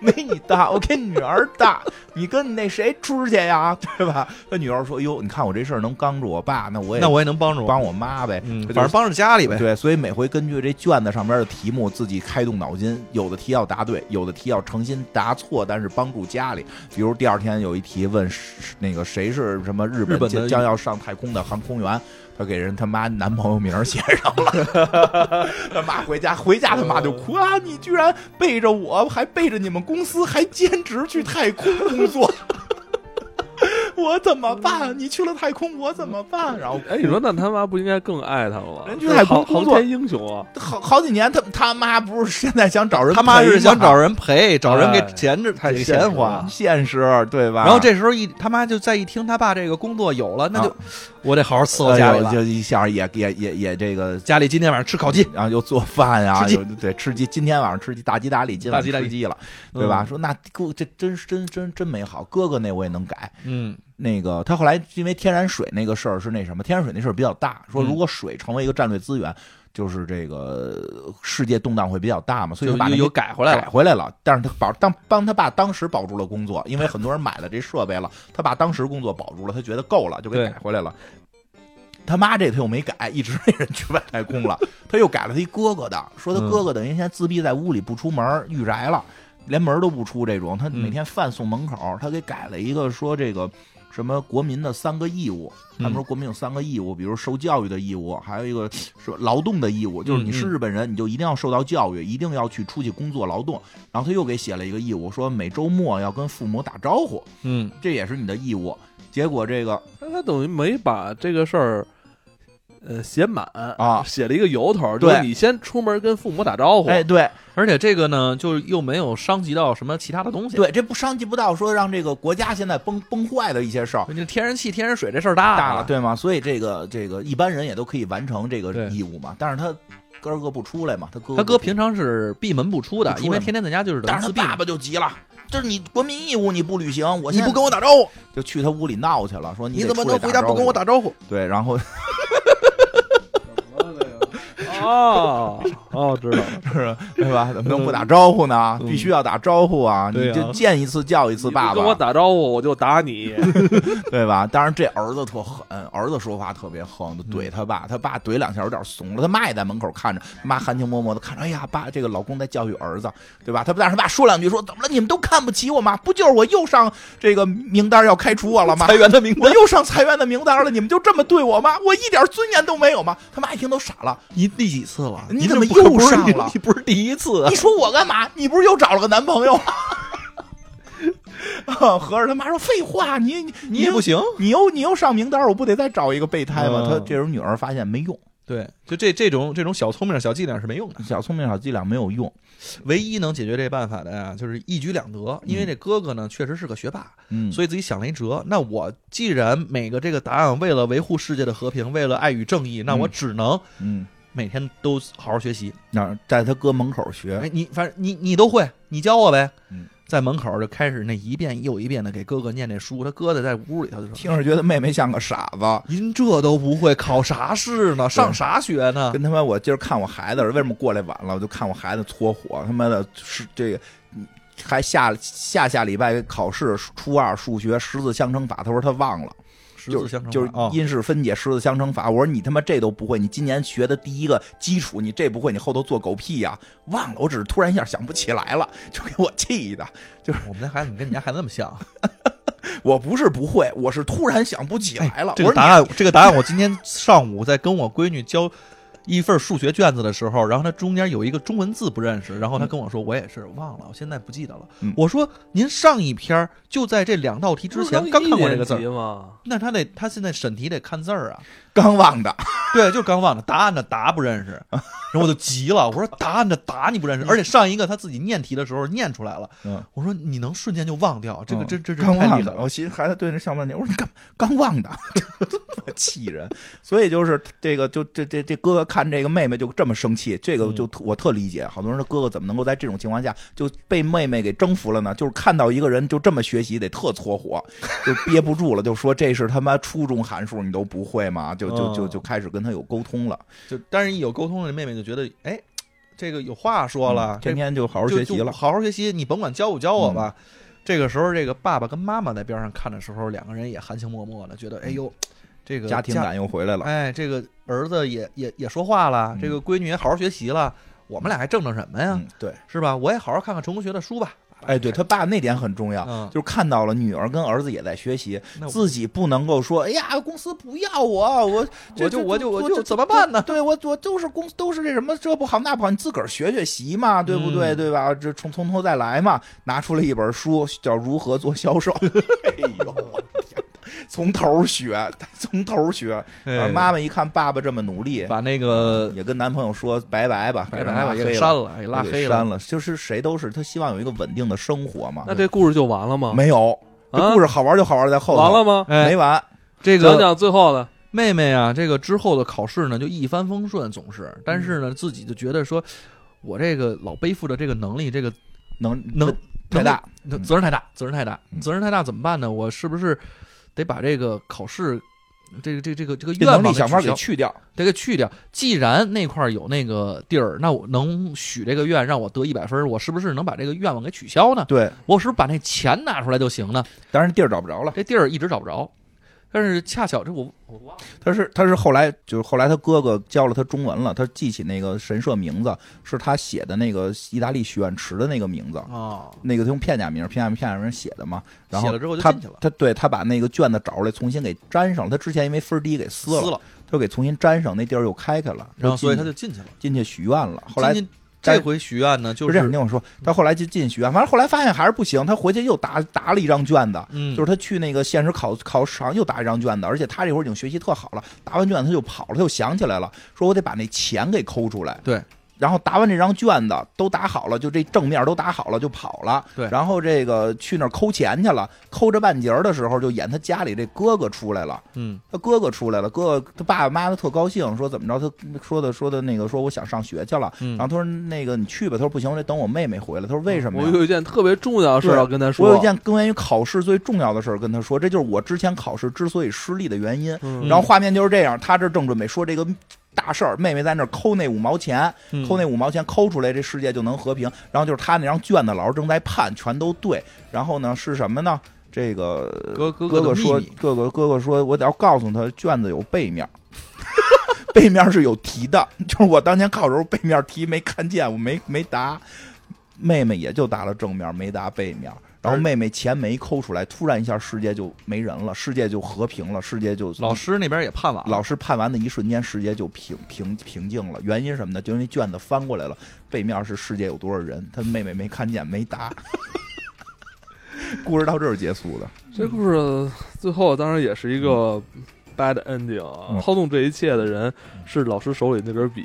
S2: 没你大，我给女儿大，你跟你那谁出去呀， 对吧？他女儿说：“哟，你看我这事儿能刚住我爸，那我也
S3: 那我也能帮助，
S2: 帮我妈呗。
S3: 嗯，
S2: 就是
S3: 反正帮着家里呗。
S2: 对，所以每回根据这卷子上面的题目，自己开动脑筋，有的题要答对，有的题要诚心答错，但是帮助家里。比如第二天有一题问是那个谁是什么日
S3: 日本
S2: 将
S3: 的
S2: 将要上太空的航空 员，他给人他妈男朋友名儿写上了，他妈回家回家他妈就哭啊！你居然背着我，还背着你们公司，还兼职去太空工作。 我怎么办？你去了太空，我怎么办？然后
S1: 哎，你说那他妈不应该更爱他吗？
S2: 人去太空
S1: 航
S2: 工
S1: 航
S2: 作
S1: 天英雄啊！
S2: 好好几年，他他妈不是现在想找人陪吗，
S3: 他妈是想找人陪，找人给
S1: 哎
S3: 钱着
S2: 太
S3: 给
S2: 现实
S3: 钱
S2: 了啊
S3: 花。
S2: 现实对吧？
S3: 然后这时候一他妈就再一听他爸这个工作有了，那就
S2: 啊
S3: 我得好好伺候
S2: 哎
S3: 家里
S2: 呦
S3: 了。
S2: 就一下也也也也这个，啊
S3: 家里今天晚上吃烤鸡，
S2: 然后又做饭呀，
S3: 吃鸡
S2: 又对吃鸡，今天晚上吃鸡大吉大利，今晚
S3: 大吉大利嗯
S2: 吃鸡了，对吧？说那哥这真是真真真美好，哥哥那我也能改。
S3: 嗯，
S2: 那个他后来因为天然水那个事儿是那什么，天然水那事儿比较大，说
S3: 嗯
S2: 如果水成为一个战略资源，就是这个呃世界动荡会比较大嘛，所以
S3: 就
S2: 就把那
S3: 又
S2: 些
S3: 又改回来
S2: 改
S3: 了。
S2: 回来了。但是他保当帮他爸当时保住了工作，因为很多人买了这设备了，他爸当时工作保住了，他觉得够了，就给
S3: 对
S2: 改回来了。他妈这他又没改，一直那人去外太空了，他又改了他一哥哥的，说他
S3: 嗯
S2: 哥哥等于现在自闭在屋里不出门，御宅了，连门都不出这种。他每天饭送门口，他给改了一个说这个什么国民的三个义务，他们说国民有三个义务，比如受教育的义务，还有一个是劳动的义务，就是你是
S3: 嗯嗯
S2: 日本人，你就一定要受到教育，一定要去出去工作劳动。然后他又给写了一个义务，说每周末要跟父母打招呼，
S3: 嗯，
S2: 这也是你的义务。结果这个
S1: 那他等于没把这个事儿，呃，写满
S2: 啊
S1: 写了一个由头，
S2: 对
S1: 就是你先出门跟父母打招呼，
S2: 哎，对
S3: 而且这个呢，就又没有伤及到什么其他的东西。，
S2: 对，这不伤及不到说让这个国家现在崩崩坏的一些事儿。
S3: 这天然气、天然水这事儿大
S2: 大了，对吗？所以这个这个一般人也都可以完成这个
S3: 对
S2: 义务嘛。但是他哥儿哥不出来嘛，他哥
S3: 他
S2: 哥
S3: 哥平常是闭门不出
S2: 不
S3: 的，
S2: 出
S3: 因为
S2: 来嘛
S3: 天天在家就是等
S2: 但
S3: 于
S2: 是
S3: 自
S2: 他
S3: 闭嘛。
S2: 爸爸就急了，就是你国民义务你不履行，我
S3: 你
S2: 现在
S3: 不跟我打招呼，
S2: 就去他屋里闹去了，说
S3: 你
S2: 得
S3: 怎么
S2: 出来
S3: 能回家不跟我
S2: 招
S3: 打招 呼？
S2: 呼？ 对，然后
S1: 哦哦，知道了，
S2: 是对吧？怎么能不打招呼呢？
S1: 嗯
S2: 必须要打招呼啊！
S3: 对
S2: 你
S3: 啊
S2: 就见一次叫一次
S1: 你
S2: 爸
S1: 不跟我
S2: 爸，
S1: 打招呼，我就打 你。
S2: 对吧？当然这儿子特狠，儿子说话特别横，就怼他爸，他爸怼两下有点怂了，他妈也在门口看着，他妈含情脉脉的看着，哎呀，爸，这个老公在教育儿子，对吧？他但是他爸说两句说怎么了？你们都看不起我吗？不就是我又上这个名单要开除我 了吗？
S3: 裁员的名
S2: 我又上裁员的名单了，你们就这么对我吗？我一点尊严都没有吗？他妈一听都傻了，
S3: 你第几次了？
S2: 你
S3: 您
S2: 怎
S3: 这
S2: 么
S3: 不可
S2: 又
S3: 不是
S2: 上
S3: 你
S2: 了
S3: 你不是第一次啊
S2: 你！说我干嘛？你不是又找了个男朋友吗？ 啊合着他妈说废话，你你
S3: 你也不，行。
S2: 你又你又上名单，我不得再找一个备胎吗？
S3: 嗯
S2: 他这时候女儿发现没用，
S3: 对，就这这种这种小聪明、小伎俩是没 用的。
S2: 小聪明小伎俩没有用，
S3: 唯一能解决这办法的呀，就是一举两得。因为这哥哥呢，确实是个学霸，
S2: 嗯，
S3: 所以自己想了一辙。那我既然每个这个答案为了维护世界的和平，为了爱与正义，那我只能
S2: 嗯，
S3: 每天都好好学习。
S2: 那在他哥门口学，
S3: 哎，你反正你你都会，你教我呗
S2: 嗯。
S3: 在门口就开始那一遍又一遍的给哥哥念这书，他哥哥在屋里头就说。
S2: 听着觉得妹妹像个傻子。
S3: 您这都不会，考啥试呢？上啥学呢？
S2: 跟他妈，我今儿看我孩子，为什么过来晚了？我就看我孩子搓火，他妈的是这个，嗯还下下下礼拜考试，初二数学十字相乘法，他说他忘了。
S3: 十
S2: 就
S3: 字
S2: 是
S3: 相乘
S2: 就是
S3: 法啊！
S2: 因式分解、十字相乘法。我说你他妈这都不会，你今年学的第一个基础，你这不会，你后头做狗屁呀、忘了，我只是突然一下想不起来了，就给我气的。
S3: 我们家孩子，你跟你家孩子那么像。
S2: 我不是不会，我是突然想不起来了。
S3: 哎啊这
S2: 我
S3: 个
S2: 说
S3: 答
S2: 你
S3: 案，这个答案，我今天上午在跟我闺女交一份数学卷子的时候，然后她中间有一个中文字不认识，然后她跟我说，我也是忘了，我现在不记得了。
S2: 嗯
S3: 我说您上一篇儿就在这两道题之前刚看过这个字
S1: 不是一年
S3: 儿，
S1: 级吗？
S3: 那她得她现在审题得看字儿啊，
S2: 刚忘的，
S3: 对，就是刚忘了答案的答不认识，然后我就急了，我说答案的答你不认识，而且上一个他自己念题的时候念出来了，
S2: 嗯，
S3: 我说你能瞬间就忘掉，这个
S2: 嗯
S3: 这这这
S2: 刚
S3: 太
S2: 忘
S3: 厉害
S2: 的。
S3: 了，
S2: 我寻思孩子对那上半年，我说你刚刚忘的， 这么气人。所以就是这个，就这这这哥哥看这个妹妹就这么生气，这个
S3: 嗯
S2: 就特我特理解。好多人说哥哥怎么能够在这种情况下就被妹妹给征服了呢？就是看到一个人就这么学习，得特搓火，就憋不住了，就说这是他妈初中函数你都不会吗？就就
S3: 嗯
S2: 就就开始跟他有沟通了。
S3: 就但是一有沟通，这妹妹就觉得哎，这个有话说了，嗯
S2: 嗯
S3: 这
S2: 天天就好好
S3: 就
S2: 学习
S3: 就
S2: 了。嗯
S3: 好好学习，你甭管教不教我吧。这个时候，这个爸爸跟妈妈在边上看的时候，两个人也含情脉脉的，觉得哎呦，这个
S2: 家庭感又回来了，
S3: 哎，这个儿子也也也说话了
S2: 嗯，
S3: 这个闺女也好好学习了，我们俩还挣挣什么呀？
S2: 嗯，对，
S3: 是吧？我也好好看看成功学的书吧。
S2: 哎，对他爸那点很重要，
S3: 嗯，
S2: 啊就是看到了女儿跟儿子也在学习，
S3: 那我
S2: 自己不能够说，哎呀，公司不要我，我这
S3: 我就
S2: 这
S3: 我就
S2: 这
S3: 我
S2: 这
S3: 就怎么办呢？
S2: 对我我都是公都是这什么这不好那不好，你自个儿学学习嘛，对不对？
S3: 嗯
S2: 对吧？这从从头再来嘛。拿出了一本书，叫《如何做销售》。 哎呦，我的天哪从头学，从头学。
S3: 哎
S2: 妈妈一看爸爸这么努力，
S3: 把那个
S2: 也跟男朋友说拜拜吧，
S3: 白
S2: 把
S3: 白
S2: 他
S3: 吧也
S2: 黑
S3: 给
S2: 了
S3: 删了，也哎拉
S2: 给
S3: 黑
S2: 删。了。就是谁都是他希望有一个稳定的生活嘛。
S1: 那这故事就完了吗？
S2: 啊没有，这
S1: 啊
S2: 故事好玩就好玩在后头。
S1: 完了吗？
S3: 哎
S2: 没，完。
S3: 这
S1: 讲
S3: 个
S1: 讲最后的，
S3: 妹妹啊，这个之后的考试呢，就一帆风顺，总是，但是
S2: 嗯
S3: 呢，自己就觉得说，我这个老背负着这个能力，这个
S2: 能
S3: 能
S2: 太大，
S3: 那
S2: 嗯
S3: 责任太大，责任太大
S2: 嗯，
S3: 责任太大怎么办呢？我是不是得把这个考试，这个这个这个这个
S2: 这
S3: 愿
S2: 能
S3: 望
S2: 力
S3: 给
S2: 想法
S3: 取
S2: 给
S3: 消
S2: 去掉。
S3: 得给去掉。既然那块儿有那个地儿，那我能许这个愿让我得一百分儿，我是不是能把这个愿望给取消呢？
S2: 对，
S3: 我是不是把那钱拿出来就行呢？
S2: 当然地儿找不着了。
S3: 这地儿一直找不着，但是恰巧这我我忘了，
S2: 他是他是后来就是后来他哥哥教了他中文了，他记起那个神社名字是他写的那个意大利许愿池的那个名字，
S3: 啊，
S2: 那个他用片假名片假名片假名写的嘛。然后
S3: 写了之后就
S2: 他
S3: 进去了，
S2: 他对他把那个卷子找出来重新给粘上了，他之前因为分低给撕了，
S3: 撕了，
S2: 他给重新粘上，那地儿又开开了，
S3: 然后所以他
S2: 就
S3: 就进去了。
S2: 进进去许愿了。后来
S3: 进去
S2: 但
S3: 这
S2: 是
S3: 回许愿呢，就
S2: 就这样
S3: 是
S2: 听我说，他后来就进去许愿，反正后来发现还是不行，他回去又答答了一张卷子，
S3: 嗯，
S2: 就是他去那个现实考考场又答一张卷子，而且他这会儿已经学习特好了，答完卷子他就跑了，他就想起来了，说我得把那钱给抠出来。
S3: 对。
S2: 然后答完这张卷子都答好了，就这正面都答好了，就跑了。
S3: 对
S2: 然后这个去那儿抠钱去了，抠着半截儿的时候，就演他家里这哥哥出来了。
S3: 嗯
S2: 他哥哥出来了，哥哥他爸爸妈妈特高兴，说怎么着？他说的说的那个，说我想上学去了。
S3: 嗯
S2: 然后他说那个你去吧，他说不行，我得等我妹妹回来。他说为什么
S1: 我
S2: 呀？
S1: 有一件特别重要的事儿要跟他说。
S2: 我有一件关于考试最重要的事儿跟他说，这就是我之前考试之所以失利的原因。
S1: 嗯，
S2: 然后画面就是这样，他这正准备说这个大事儿，妹妹在那儿抠那五毛钱，
S3: 嗯
S2: 抠那五毛钱抠出来，这世界就能和平。然后就是他那张卷子，老师正在判，全都对。然后呢是什么呢？
S1: 嗯
S2: 这个
S3: 哥哥
S2: 哥
S3: 的
S2: 哥说
S3: 秘密，
S2: 哥哥哥哥说，我得要告诉他，卷子有背面儿， 背面儿是有题的，就是我当年考的时候背面儿题没看见，我没没答，妹妹也就答了正面儿，没答背面儿。然后
S3: 而
S2: 妹妹钱没抠出来，突然一下世界就没人了，世界就和平了，世界就
S3: 老师那边也啊判完了，
S2: 老师判完的一瞬间，世界就平平平静了。原因什么呢？就因为卷子翻过来了，背面是世界有多少人，他妹妹没看见，没答。 故事到这儿结束的，
S1: 这故事最后当然也是一个 bad ending 啊
S2: 嗯！
S1: 操纵这一切的人是老师手里那根 笔，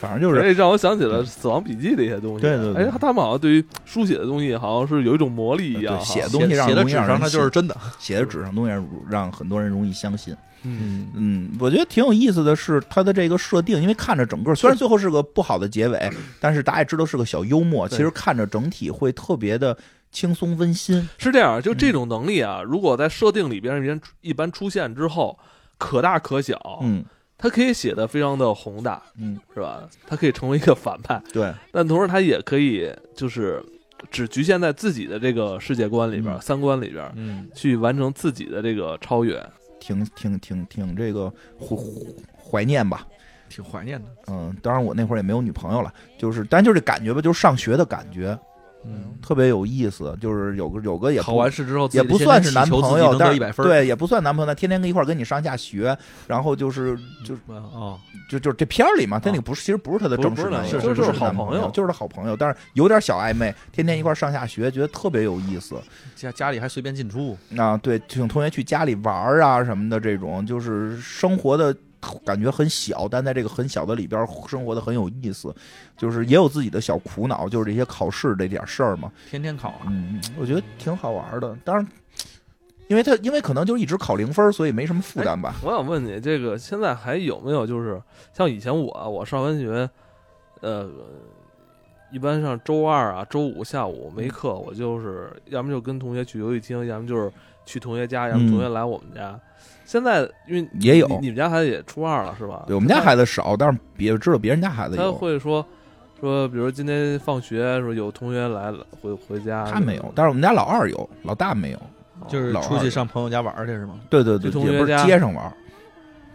S2: 反
S3: 哎
S2: 正就
S1: 所
S2: 是
S1: 以哎让我想起了《死亡笔记》的一些东西。
S2: 对对对呃
S1: 哎，他们好像对于书写的东西，好像是有一种魔力一样
S2: 对
S1: 哈。
S2: 写
S3: 写
S2: 东西让
S3: 写的
S2: 容易
S3: 纸
S2: 让人
S3: 上，它就是
S2: 信
S3: 真的。
S2: 写在纸上东西让让很多人容易相信。
S1: 嗯，
S3: 嗯，
S2: 嗯，我觉得挺有意思的是它的这个设定，因为看着整个虽然最后是个不好的结尾，但是大家也知道是个小幽默，其
S1: 对
S2: 实看着整体会特别的轻松温馨。
S1: 是这样。就
S2: 嗯
S1: 这种能力啊，如果在设定里边人一般出现之后，可大可小。
S2: 嗯
S1: 它可以写的非常的宏大，
S2: 嗯，
S1: 是吧？它可以成为一个反派，
S2: 对，
S1: 但同时它也可以就是只局限在自己的这个世界观里边、
S2: 嗯
S1: 三观里边，
S3: 嗯，
S1: 去完成自己的这个超越。
S2: 挺挺挺挺这个怀怀念吧。
S3: 挺怀念的。
S2: 嗯，当然我那会儿也没有女朋友了，就是，但就是这感觉吧，就是上学的感觉，
S3: 嗯，
S2: 特别有意思。就是有个有个也
S3: 考
S2: 不
S3: 完试之后
S2: 也不算是男朋友，但
S3: 到
S2: 是
S3: 一百分儿，
S2: 对，也不算男朋友，但天天跟一块儿跟你上下学，然后就是就
S3: 啊啊，
S2: 就就是这片儿里嘛，他那个
S1: 啊
S2: 不是，其实不是他的
S1: 不是
S2: 正式
S1: 不是
S2: 男
S1: 男
S2: 友，
S3: 友就是
S1: 是好
S2: 男
S1: 朋
S2: 友
S1: 友
S2: 就是他好朋友，但是有点小暧昧，天天一块儿上下学，觉得特别有意思。
S3: 家家里还随便进出，
S2: 啊，对，请同学去家里玩儿啊什么的，这种就是生活的感觉很小，但在这个很小的里边生活的很有意思，就是也有自己的小苦恼，就是这些考试这点事儿嘛。
S3: 天天考啊，
S2: 嗯，我觉得挺好玩的。当然，因为他因为可能就一直考零分，所以没什么负担吧。
S1: 我想问你，这个现在还有没有就是像以前我啊我上完学，呃，一般上周二啊周五下午
S2: 嗯
S1: 没课，我就是要么就跟同学去游戏厅，要么就是去同学家，要么
S2: 嗯
S1: 同学来我们家。现在因为
S2: 也有
S1: 你你们家孩子也初二了是吧？
S2: 对我们家孩子少，但是别知道别人家孩子
S1: 他
S2: 有，
S1: 会说说，比如今天放学说有同学来了回回家，
S2: 他没有，但是我们家老二有，老大没有。
S1: 哦
S3: 就是
S2: 老
S3: 出
S2: 二
S3: 去上朋友家玩儿去是吗？
S2: 对对
S1: 去
S2: 对，
S1: 同
S2: 也
S1: 学
S2: 不是
S1: 家
S2: 街上玩儿，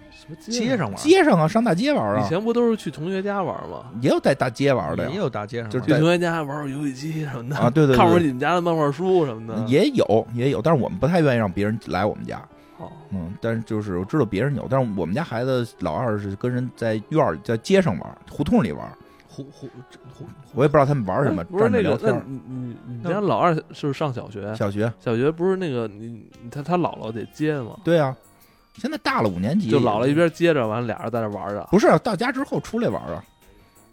S1: 什么
S3: 街
S1: 上。
S3: 上玩儿，
S2: 街上啊，上大街玩儿
S1: 以
S2: 啊，
S1: 前不都是去同学家玩吗？
S2: 也有在大街玩儿的
S3: 也
S2: 呀，
S3: 有大街上
S2: 就
S3: 玩
S2: 是
S3: 儿，
S1: 去
S2: 啊对
S1: 同学家玩会儿游戏机什么的
S2: 啊对对对
S1: 看会儿你们家的漫画书什么的。
S2: 也有也有，但是我们不太愿意让别人来我们家。
S1: 哦
S2: 嗯，但是就是我知道别人有，但是我们家孩子老二是跟人在院儿在街上玩儿，胡同里玩儿，
S3: 胡胡胡
S2: 我也不知道他们玩儿什么，
S1: 哎不是
S2: 站着
S1: 那
S2: 聊
S1: 个，啊
S2: 天
S1: 那
S2: 儿。
S1: 你你你
S3: 那
S1: 家老二是上小学？
S2: 小学
S1: 小学不是那个你你他他姥姥得接吗？
S2: 对啊，现在大了五年级，
S1: 就姥姥一边接着，完了俩人在那玩着。
S2: 不是啊到家之后出来玩儿啊，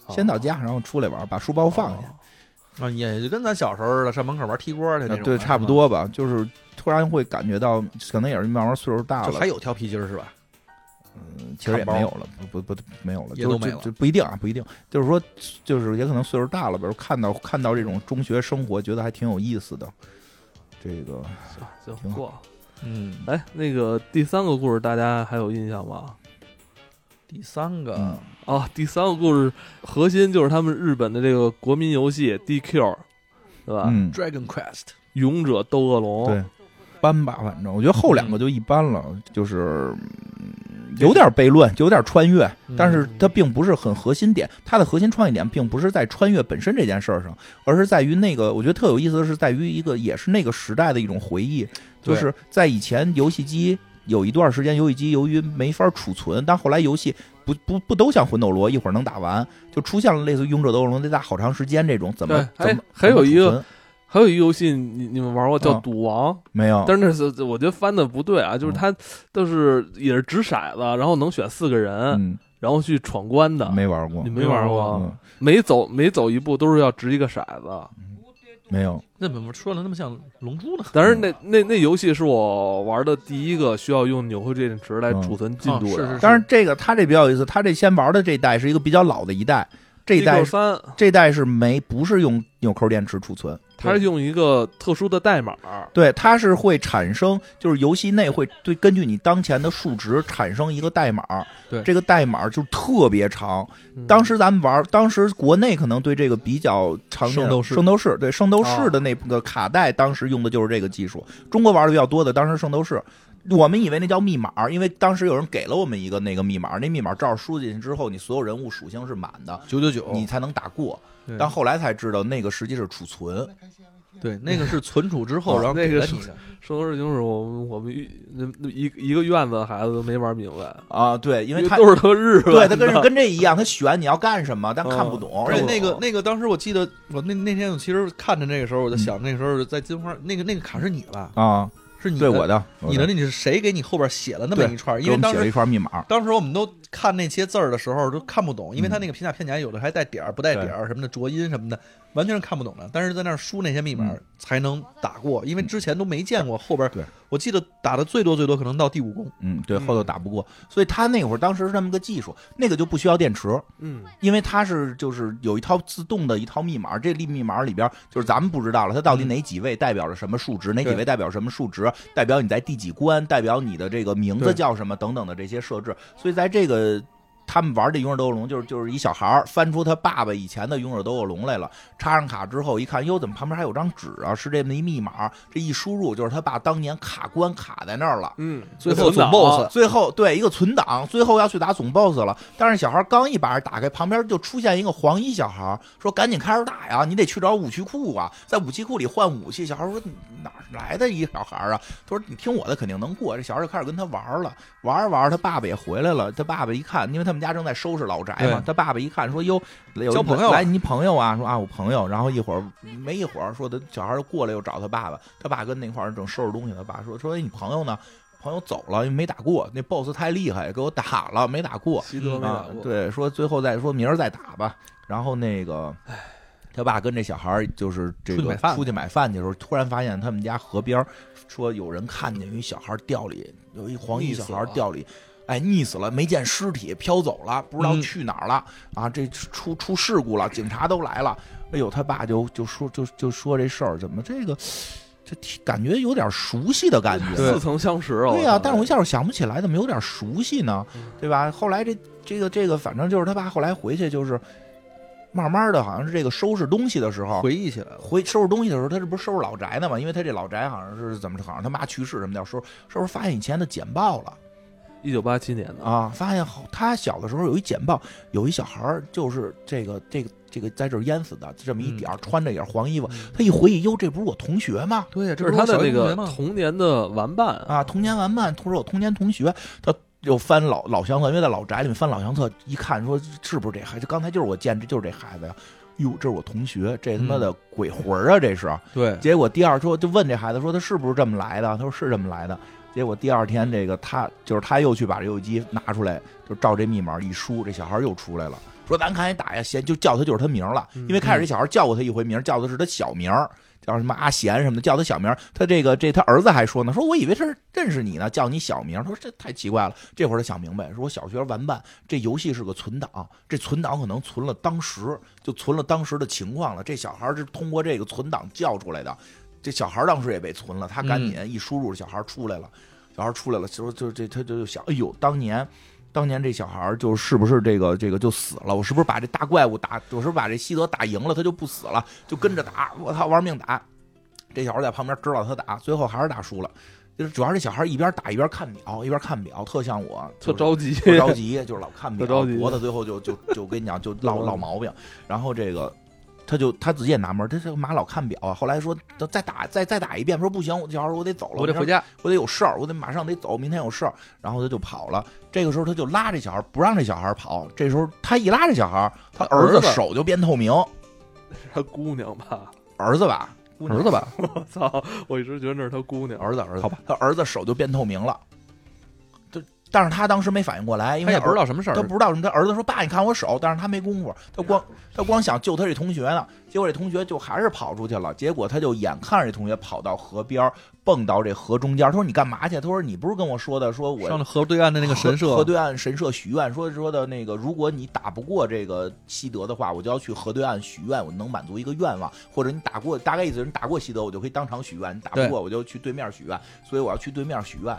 S1: 哦
S2: 先到家然后出来玩儿，把书包
S1: 不
S2: 放下，
S3: 啊，也就跟咱小时候似的，上门口玩踢锅去那
S2: 啊
S3: 种，
S2: 对，
S3: 是
S2: 差不
S3: 吗。
S2: 多吧，就是突然会感觉到，可能也是慢慢岁数大
S3: 就
S2: 了
S3: 还，有跳皮筋儿是吧？
S2: 嗯其实也
S3: 看包
S2: 没有了，不不不没有了，
S3: 也
S2: 就
S3: 都
S2: 就
S3: 没了
S2: 就不一定啊，不一定，就是说，就是也可能岁数大了，比如看到看到这种中学生活，觉得还挺有意思的。这个
S1: 啊行
S2: 挺好
S1: 过。
S3: 嗯，
S1: 哎，那个第三个故事大家还有印象吗？
S3: 第三个，
S2: 嗯
S1: 哦，第三个故事核心就是他们日本的这个国民游戏 DQ，对
S3: 呃
S1: 吧？
S2: 嗯，
S3: Dragon Quest，
S1: 勇者斗恶龙。
S2: 对，搬吧，反正我觉得后两
S3: 嗯
S2: 个就一般了，就是嗯有点悖论，有点穿越，但
S1: 嗯
S2: 是
S3: 嗯
S2: 它并不是很核心点。它的核心创意点并不是在穿越本身这件事儿上，而是在于那个，我觉得特有意思的是在于一个也是那个时代的一种回忆，就
S3: 对
S2: 是在以前游戏机。有一段时间，游戏机由于没法储存，但后来游戏不不不都像魂斗罗一会儿能打完，就出现了类似《勇者斗恶龙》得打好长时间这种，怎么
S1: 对哎
S2: 怎么
S1: 还还有一个
S2: 怎么储存
S1: 还有一游戏你你们玩过叫
S2: 嗯
S1: 赌王，
S2: 没有，
S1: 但是那是我觉得翻的不对啊，就是
S2: 嗯
S1: 他都是也是掷骰子，然后能选四个人，
S2: 嗯，
S1: 然后去闯关的。
S2: 没玩过
S1: 你，没玩过啊？
S2: 嗯，
S1: 每走每走一步都是要掷一个骰子。
S2: 没有，
S3: 那怎么说的那么像龙珠呢？
S1: 但是那
S2: 嗯
S1: 那那游戏是我玩的第一个需要用纽扣电池来储存进度
S3: 嗯
S1: 的
S3: 哦。
S2: 但是这个他这比较有意思，他这先玩的这一代是一个比较老的一代，这一代是
S1: 三，
S2: 这代是没不是用纽扣电池储存，
S1: 它是用一个特殊的代码。
S2: 对，它是会产生，就是游戏内会对根据你当前的数值产生一个代码，
S3: 对
S2: 这个代码就特别长。
S1: 嗯
S2: 当时咱们玩，当时国内可能对这个比较常见的
S3: 圣斗士
S2: 圣斗士对圣斗士
S1: 哦
S2: 的那个卡带，当时用的就是这个技术。中国玩的比较多的，当时圣斗士。我们以为那叫密码，因为当时有人给了我们一个那个密码，那密码照着输进去之后，你所有人物属性是满的，
S3: 九九九，
S2: 你才能打过。
S3: 哦对
S2: 但后来才知道，那个实际是储存，
S3: 对那个是存储之后，
S1: 哦
S3: 然后
S1: 那
S3: 给
S1: 个
S3: 了
S1: 是
S3: 你 的，
S1: 圣斗士星矢，我们我们一那那一一个院子的孩子都没玩明白，
S2: 啊，对，因为它
S1: 都是他日本
S2: 对
S1: 的，
S2: 他跟跟这一样，他选你要干什么，但看不懂，
S3: 而且那个那个，当时我记得我那那天我其实看着那个时候，我就想那个时候在金花那个那个卡是你吧？
S2: 啊，
S3: 是你
S2: 对我
S3: 的，
S2: 的，
S3: 你的那你是谁给你后边写了那么
S2: 对
S3: 一串？
S2: 给
S3: 因
S2: 我
S3: 为
S2: 们
S3: 当
S2: 写了
S3: 时
S2: 一串密码，
S3: 当时我们都看那些字儿的时候都看不懂，因为他
S2: 嗯
S3: 那个平假片假有的还带点儿不带点儿什么的浊音什么的，完全是看不懂的。但是在那儿输那些密码
S2: 嗯
S3: 才能打过，因为之前都没见过后边。
S2: 对，
S3: 我记得打的最多最多可能到第五宫。
S2: 嗯，对，
S1: 嗯
S2: 后头打不过，所以他那会儿当时是这么个技术，那个就不需要电池，
S1: 嗯，
S2: 因为它是就是有一套自动的一套密码，这粒密码里边就是咱们不知道了，它到底哪几位代表着什么数值，哪几位
S3: 嗯对
S2: 代表什么数值，代表你在第几关，代表你的这个名字
S3: 对
S2: 叫什么等等的这些设置，所以在这个。他们玩这《勇者斗恶龙》，就是就是一小孩儿翻出他爸爸以前的《勇者斗恶龙》来了，插上卡之后一看，哟，怎么旁边还有张纸啊？是这么一密码，这一输入就是他爸当年卡关卡在那儿了。
S1: 嗯，
S3: 最后
S1: 存
S3: 总
S1: 档
S3: boss
S2: 最后对一个存档，最后要去打总 BOSS 了。但是小孩刚一把打开，旁边就出现一个黄衣小孩，说：“赶紧开始打呀，你得去找武器库啊，在武器库里换武器。”小孩说：“你哪儿来的一小孩啊？”他说：“你听我的，肯定能过。”这小孩就开始跟他玩了，玩着玩着，他爸爸也回来了。他爸爸一看，因为他们家正在收拾老宅嘛
S3: 对，
S2: 他爸爸一看说：“哟，有
S3: 交朋友啊
S2: 来你朋友啊？”说：“啊，我朋友。”然后一会儿没一会儿，说他小孩就过来又找他爸爸，他爸跟那块儿正收拾东西，他爸说：“说哎你朋友呢？”朋友走了，因为没打过，那 boss 太厉害，给我打了，没打过。
S1: 西德没打
S2: 啊
S1: 过，，
S2: 对，说最后再说明儿再打吧。然后那个，他爸跟这小孩儿就是这
S3: 出去
S2: 个
S3: 买饭
S2: 出去买饭去的时候，突然发现他们家河边儿说有人看见有一小孩儿掉里，有一黄衣
S3: 溺
S2: 小
S3: 死
S2: 孩儿
S3: 了
S2: 掉里。哎，溺死了，没见尸体，飘走了，不知道
S3: 嗯
S2: 去哪儿了、啊！这出出事故了，警察都来了。哎呦，他爸就就说就就说这事儿，怎么这个这挺感觉有点熟悉的感觉，
S1: 似曾相识啊。
S2: 对呀、
S1: 呀，
S2: 但是我一下我想不起来，怎么有点熟悉呢
S1: 嗯？
S2: 对吧？后来这这个这个，反正就是他爸后来回去就是，慢慢的好像是这个收拾东西的时候。
S3: 回忆起来了，
S2: 回收拾东西的时候，他这不是收拾老宅呢吗？因为他这老宅好像是怎么着，好像他妈去世什么的，收拾收拾发现以前的简报了
S1: 一九八七年的，
S2: 啊，发现好他小的时候有一简报，有一小孩儿就是这个这个这个在这儿淹死的，这么一点儿穿着也是黄衣服，他一回忆，哟，这不是我同学吗？
S3: 对呀，这
S1: 这是
S3: 不
S1: 他的
S3: 我小
S1: 那
S3: 学同
S1: 个
S3: 学吗？
S1: 童年的玩伴啊
S2: 啊，童年玩伴，同时我童年同学，他又翻老老相册，因为在老宅里面翻老相册，一看说是不是这孩子？刚才就是我见，这就是这孩子呀。哟，这是我同学，这他妈的鬼魂儿啊！这是。
S3: 对，
S2: 结果第二说就问这孩子说他是不是这么来的？他说是这么来的。结果第二天这个他就是他又去把这游戏机拿出来，就照这密码一输，这小孩又出来了，说咱看你打呀，闲就叫他就是他名儿了，
S1: 嗯
S2: 因为开始这小孩叫过他一回名儿，叫的是他小名儿。叫什么阿贤什么的，叫他小名儿。他这个这他儿子还说呢，说我以为他是认识你呢，叫你小名儿。他说这太奇怪了。这会儿他想明白，说我小学玩伴，这游戏是个存档，这存档可能存了当时，就存了当时的情况了。这小孩儿是通过这个存档叫出来的，这小孩儿当时也被存了，他赶紧一输入，小孩儿出来了，小孩儿出来了，就就这他就就想，哎呦，当年。当年这小孩儿就是不是这个这个就死了？我是不是把这大怪物打？我是不是把这西德打赢了，他就不死了，就跟着打，我操，玩命打。这小孩儿在旁边知道他打，最后还是打输了。就是主要是这小孩儿一边打一边看表，一边看表，特像我，
S1: 特
S2: 就是
S1: 着 急，
S2: 特着急，就是老看表，
S1: 特着急
S2: 脖子最后就就就跟你讲 就
S1: 特着
S2: 落
S1: 急
S2: 落毛病。然后这个他就他自己也纳闷儿，他这妈老看表啊。后来说再打再再打一遍，说不行，我小孩儿我得走了，
S3: 我得回
S2: 家，
S3: 家，
S2: 我得有事儿，我得马上得走，明天有事儿。然后他就跑了。这个时候他就拉这小孩儿，不让这小孩儿跑。这时候他一拉这小孩儿，他儿
S3: 儿
S2: 子
S3: 子
S2: 手就变透明，
S1: 他姑娘吧？
S2: 儿子吧，
S3: 儿子吧，
S1: 我操！我一直觉得那是他姑娘，
S2: 儿子儿子，
S3: 好吧，
S2: 他儿子手就变透明了。就但是他当时没反应过来，因
S3: 他
S2: 为
S3: 也
S2: 他
S3: 不知道什么事儿哎
S2: 他，不知道什么。他儿子说：“爸，你看我手。”但是他没功夫，他光他光想救他这同学呢。结果这同学就还是跑出去了。结果他就眼看着这同学跑到河边儿，蹦到这河中间儿。他说：“你干嘛去？”他说：“你不是跟我说的，说我
S3: 上了河对岸的那个神
S2: 河河
S3: 社，
S2: 对岸神社许愿，说说的那个，如果你打不过这个西德的话，我就要去河对岸许愿，我能满足一个愿望。或者你打过，大概意思是你打过西德，我就可以当场许愿；你打不
S3: 对
S2: 过，我就去对面许愿。所以我要去对面许愿。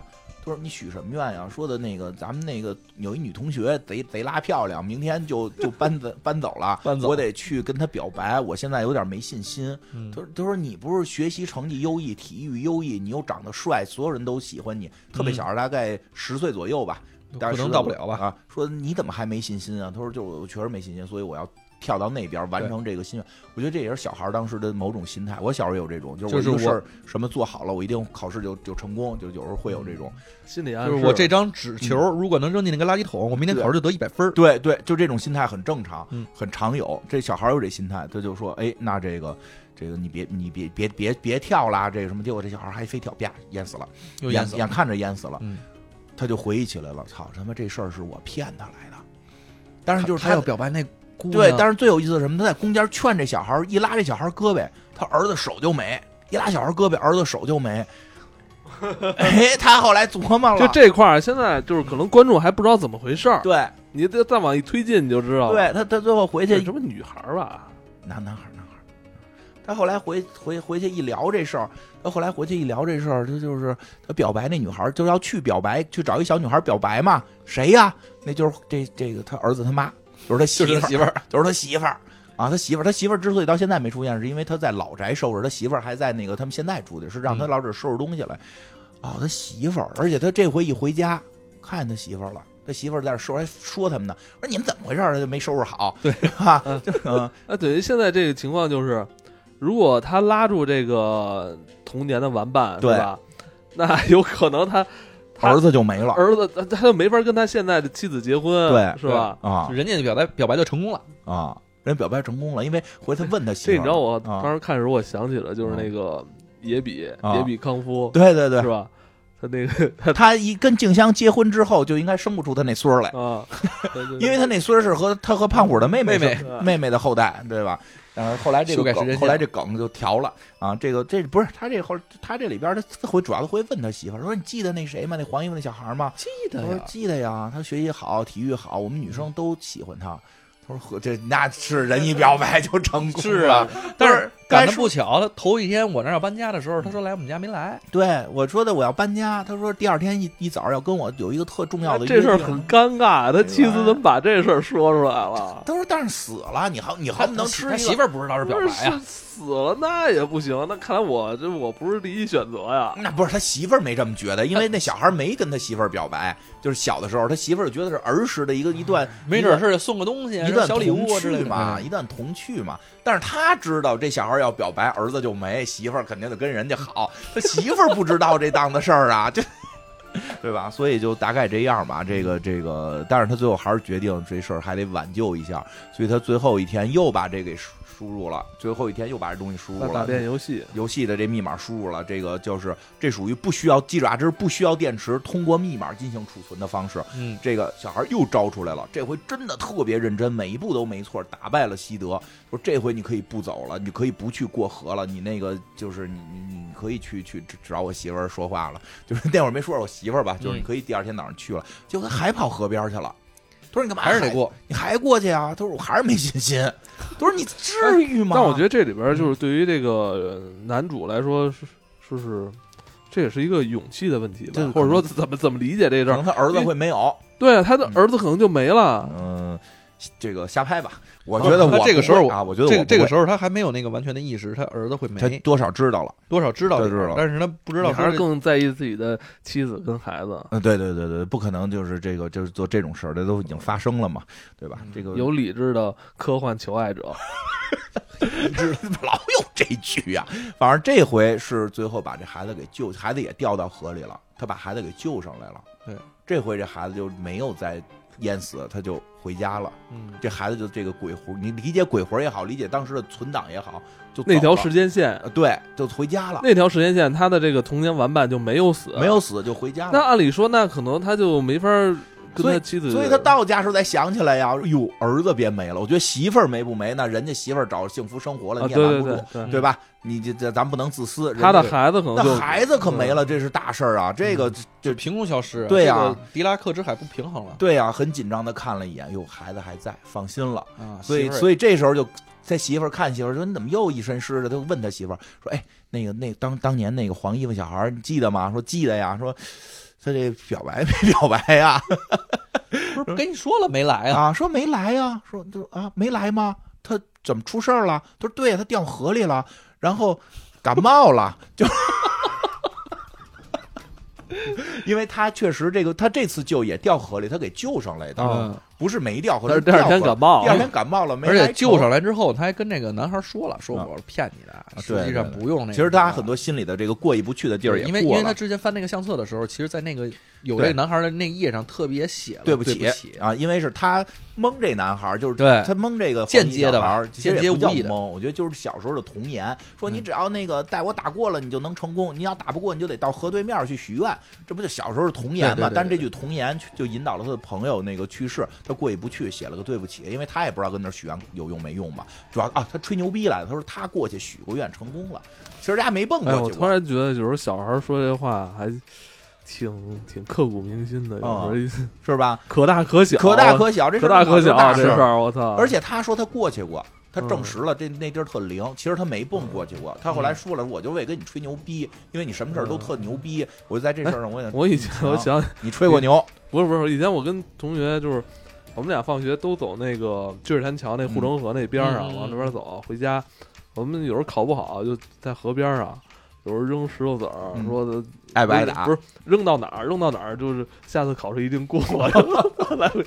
S2: 他说：“你许什么愿呀？”说的那个，咱们那个有一女同学贼贼拉漂亮，明天就就搬走 搬走了，
S3: 搬走
S2: 我得去跟她表白。我现在有点没信心。
S3: 嗯
S2: 他说：“他说你不是学习成绩优异，体育优异，你又长得帅，所有人都喜欢你。特别
S3: 嗯
S2: 小孩，大概十岁左右吧，
S3: 可
S2: 但是
S3: 能到不了吧？
S2: 啊，说你怎么还没信心啊？他说就是我确实没信心，所以我要跳到那边完成这个心愿。我觉得这也是小孩当时的某种心态。我小时候有这种，就是
S3: 就是
S2: 一个事
S3: 我
S2: 儿什么做好了，我一定考试就就成功，就有时候会有这
S3: 嗯
S2: 种。
S1: 心理暗
S3: 就
S1: 示。
S3: 是我这张纸球，如果能扔进那个垃圾桶，我明天考试就得一百分儿。
S2: 对对，就这种心态很正常，
S3: 嗯
S2: 很常有。这小孩有这心态，他就说：“哎，那这个这个你别你别别别别跳啦，这个什么？”结果这小孩还非跳，啪淹死了，
S3: 又淹
S2: 眼
S3: 死了
S2: 眼看着淹死了，
S3: 嗯，
S2: 他就回忆起来了，操他妈这事儿是我骗他来的。但是就是
S3: 他要表白那姑娘，
S2: 对，但是最有意思的是什么？他在中间劝这小孩儿，一拉这小孩儿胳膊，他儿子手就没；一拉小孩儿胳膊，儿子手就没。 哎，他后来琢磨了，
S1: 就这块儿，现在就是可能观众还不知道怎么回事儿，
S2: 对
S1: 你再再往一推进，你就知道了。哎
S2: 对，他他最后回
S1: 这
S2: 去
S1: 什么女孩儿吧？
S2: 男男孩儿男孩儿，他后来回回回去一聊这事儿，他后来回去一聊这事儿，他就是他表白那女孩儿就要去表白，去找一小女孩儿表白嘛，谁呀、那就是这这个他儿子他妈，就是他媳妇
S3: 就是
S2: 儿
S3: 他，媳妇儿，
S2: 就是他媳妇儿啊，他媳妇儿，他媳妇儿之所以到现在没出现，是因为他在老宅收拾，他媳妇儿还在那个他们现在住的，是让
S3: 嗯
S2: 他老者收拾东西来。哦，他媳妇儿，而且他这回一回家，看见他媳妇儿了。他媳妇儿在这收拾，还说他们呢，说你们怎么回事儿？就没收拾好，
S3: 对
S2: 哈、 就是嗯
S1: 那哎等于现在这个情况就是，如果他拉住这个童年的玩伴，是
S2: 对
S1: 吧？那有可能他他
S2: 儿子就没了
S1: 儿子他他就没法跟他现在的妻子结婚，
S2: 对
S1: 是吧？
S2: 啊
S3: 人家表白表白就成功了，
S2: 啊！人表白成功了，因为回头他问他媳妇
S1: 这
S2: 儿，
S1: 你知道，我
S2: 啊
S1: 当时看的时候，我想起了就是那个野比
S2: 啊
S1: 野比康夫，
S2: 对对对
S1: 是，吧？他那个他
S2: 他一跟静香结婚之后，就应该生不出他那孙儿来，
S1: 啊，
S2: 因为他那孙儿是和他和胖虎的妹妹
S3: 妹
S2: 生
S1: 妹
S2: 妹妹的后代，对吧？然后后来这
S3: 修
S2: 个
S3: 改时
S2: 梗，
S3: 间
S2: 后来
S3: 线
S2: 这梗就调了啊，这个这不是他这后他这里边儿他他会主要他会问他媳妇儿说你记得那谁吗？那黄衣服那小孩吗？
S3: 记
S2: 他
S3: 得
S2: 说
S3: 呀，
S2: 记得呀，他学习好，体育好，我们女生都喜欢他。他说呵，这那是人一表白就成功
S3: 是
S2: 了
S3: 啊，但
S2: 不是
S3: 是赶
S2: 该
S3: 得
S2: 说
S3: 不巧，他头一天我那儿要搬家的时候，他说来我们家没来，
S2: 对我说的我要搬家，他说第二天一一早要跟我有一个特重
S3: 哎
S2: 要的
S1: 这事儿
S2: 约定
S1: 很尴尬，他妻
S2: 对吧
S1: 子怎么把这事儿说出来了？
S2: 他说但是死了，你好你好不能吃
S3: 他
S2: 一
S3: 媳
S2: 个。
S3: 妇儿不知道是表
S1: 不是
S3: 白啊呀，
S1: 死了那也不行，那看来我这我不是第一选择呀。
S2: 那不是他媳妇儿没这么觉得，因为那小孩没跟他媳妇儿表白，就是小的时候，他媳妇儿觉得是儿时的一个一段，
S3: 没准是送个东西，
S2: 一段
S3: 小礼物
S2: 童
S3: 啊之类
S2: 趣
S3: 的
S2: 嘛，一段童趣嘛。但是他知道这小孩要表白，儿子就没，媳妇儿肯定得跟人家好。他媳妇儿不知道这档子事儿啊，这 对吧？所以就大概这样吧。这个这个，但是他最后还是决定这事儿还得挽救一下，所以他最后一天又把这给输输入了，最后一天又把这东西输入
S1: 打
S2: 了
S1: 打。遍游戏，
S2: 游戏的这密码输入了，这个就是这属于不需要，记住啊，这是不需要电池，通过密码进行储存的方式。
S3: 嗯，
S2: 这个小孩又招出来了，这回真的特别认真，每一步都没错，打败了西德。说这回你可以不走了，你可以不去过河了，你那个就是你你你可以去去只找我媳妇儿说话了，就是那会儿没说我媳妇儿吧，就是你
S3: 嗯
S2: 可以第二天早上去了，结果他还跑河边儿去了。他说：“你干嘛
S3: 还是得，过。
S2: 你还过去啊？”他说：“我还是没信心。”他说：“你
S3: 哎
S2: 至于吗？”嗯
S1: 但我觉得这里边儿就是对于这个呃男主来说，是是是，这也是一个勇气的问题
S2: 这
S1: 吧
S2: 个，
S1: 或者说
S2: 可能
S1: 怎么怎么理解这事
S2: 可
S1: 儿？
S2: 能他儿子
S1: 因为
S2: 会没有，
S1: 对啊，他的
S2: 嗯
S1: 儿子可能就没了。
S2: 嗯，这个瞎拍吧。我觉得
S3: 他
S2: 我
S3: 这个时候
S2: 不会啊，我觉得我
S3: 这个这个
S2: 不
S3: 时候他还没有那个完全的意识，他儿子会
S2: 会他
S3: 没
S2: 多少知道了。
S3: 多少知道
S2: 他
S3: 一点
S2: 知道
S3: 儿，但是他不知
S1: 你
S3: 道
S1: 还
S3: 说
S1: 是更在意自己的妻子跟孩子，
S2: 嗯，对对对对，不可能就是这个就是做这种事儿，这都已经发生了嘛，对吧？这个
S1: 嗯有理智的科幻求爱者。
S2: 知 老有这句呀、反正这回是最后把这孩子给救，孩子也掉到河里了，他把孩子给救上来了。
S3: 对，
S2: 这回这孩子就没有再淹死，他就回家了。
S3: 嗯，
S2: 这孩子就这个鬼魂，你理解鬼魂也好，理解当时的存档也好，就
S1: 那条
S2: 走
S1: 时
S2: 了
S1: 间线，
S2: 呃对，就回家了，
S1: 那条时间线，他的这个童年玩伴就没有死，
S2: 没。有死就回家了。
S1: 那按理说，那可能他就没法儿跟
S2: 所以
S1: 他妻子，
S2: 所以他到家时候才想起来呀，哟，儿子别没了。我觉得媳妇儿没不没，那人家媳妇儿找幸福生活了，
S1: 啊，
S2: 你
S1: 对
S2: 也
S1: 对
S2: 拦不住
S1: 对，对，
S2: 对吧？你这这咱不能自私。人
S1: 他的
S2: 家
S1: 孩子可能就嗯
S2: 那孩子可没了，这是大事儿啊！这个这
S3: 凭空消失。啊
S2: 对啊呀
S3: 这个狄拉克之海不平衡了
S2: 对啊，很紧张的看了一眼，哟，孩子还在，放心了。
S3: 啊，
S2: 所以
S3: 以
S2: 所以这时候就。他媳妇儿看媳妇儿说：“你怎么又一身湿了？”他就问他媳妇儿说：“哎，那个那个当当年那个黄衣服小孩儿，你记得吗？”说记得呀。说他这表白 没表白呀？
S3: 不是跟你说了没来啊？
S2: 啊，说没来呀、说就啊没来吗？他怎么出事儿了？他说对呀、他掉河里了，然后感冒了，就。因为他确实这个，他这次救也掉河里，他给救上来的，
S1: 嗯
S2: 不是没掉河
S1: 但
S2: 里，
S1: 是第二
S2: 掉
S1: 天
S2: 河里
S1: 感冒
S2: 第二天感冒了，没
S3: 而
S2: 来
S3: 且
S2: 成
S3: 救上来之后，他还跟那个男孩说了，说
S2: 嗯
S3: 我是骗你的，啊
S2: 对
S3: 实际上
S2: 对对
S3: 不用那个。啊嗯
S2: 其实他很多心里的这个过意不去的地儿也
S3: 因为因
S2: 过
S3: 为他
S2: 了。
S3: 之前翻那个相册的时候，其实，在那个有
S2: 对
S3: 这个男孩的那页上特别写了
S2: 对
S3: 对
S2: 不
S3: 起，
S2: 起啊，因为是他蒙这男孩儿，就是
S3: 对
S2: 他蒙这个
S3: 间接的
S2: 黄衣小
S3: 吧
S2: 孩儿，其实也
S3: 间接
S2: 不叫
S3: 无意的
S2: 蒙。我觉得就是小时候的童言，说你
S3: 嗯
S2: 只要那个带我打过了，你就能成功；你要打不过，你就得到河对面去许愿。这不就小时候的童言
S3: 对对
S2: 嘛
S3: 对？对
S2: 但是这句童言就引导了他的朋友那个去世，他过意不去，写了个对不起，因为他也不知道跟那儿许愿有用没用嘛。主要啊，他吹牛逼来了，他说他过去许过愿成功了，其实人家没蹦
S1: 哎，
S2: 过
S1: 我
S2: 去
S1: 突
S2: 过。
S1: 然觉得有时候小孩儿说这话还挺挺刻骨铭心的，有时
S2: 啊
S1: 候一
S2: 是吧？
S1: 可大可小，啊
S2: 可大可小，这
S1: 可
S2: 事儿
S1: 大可
S2: 是
S1: 小啊
S2: 大
S1: 这
S2: 事儿
S1: 事儿，我操！
S2: 而且他说他过去过，他
S1: 嗯
S2: 证实了这那地儿特灵。其实他没蹦过去过，他后来说了，我就为跟你吹牛逼，因为你什么事儿都特牛逼，我就在这事儿嗯哎上我也
S1: 我以前我想
S2: 你吹过牛，
S1: 不是不是，以前我跟同学就是，我们俩放学都走那个积水潭桥那护城河那边儿上，
S3: 嗯嗯嗯
S1: 往那边走回家。我们有时候考不好，就在河边儿上，有时候扔石头子儿，
S2: 嗯
S1: 说的
S2: 爱不挨打
S1: 不？是扔到哪儿扔到哪儿，就是下次考试一定过。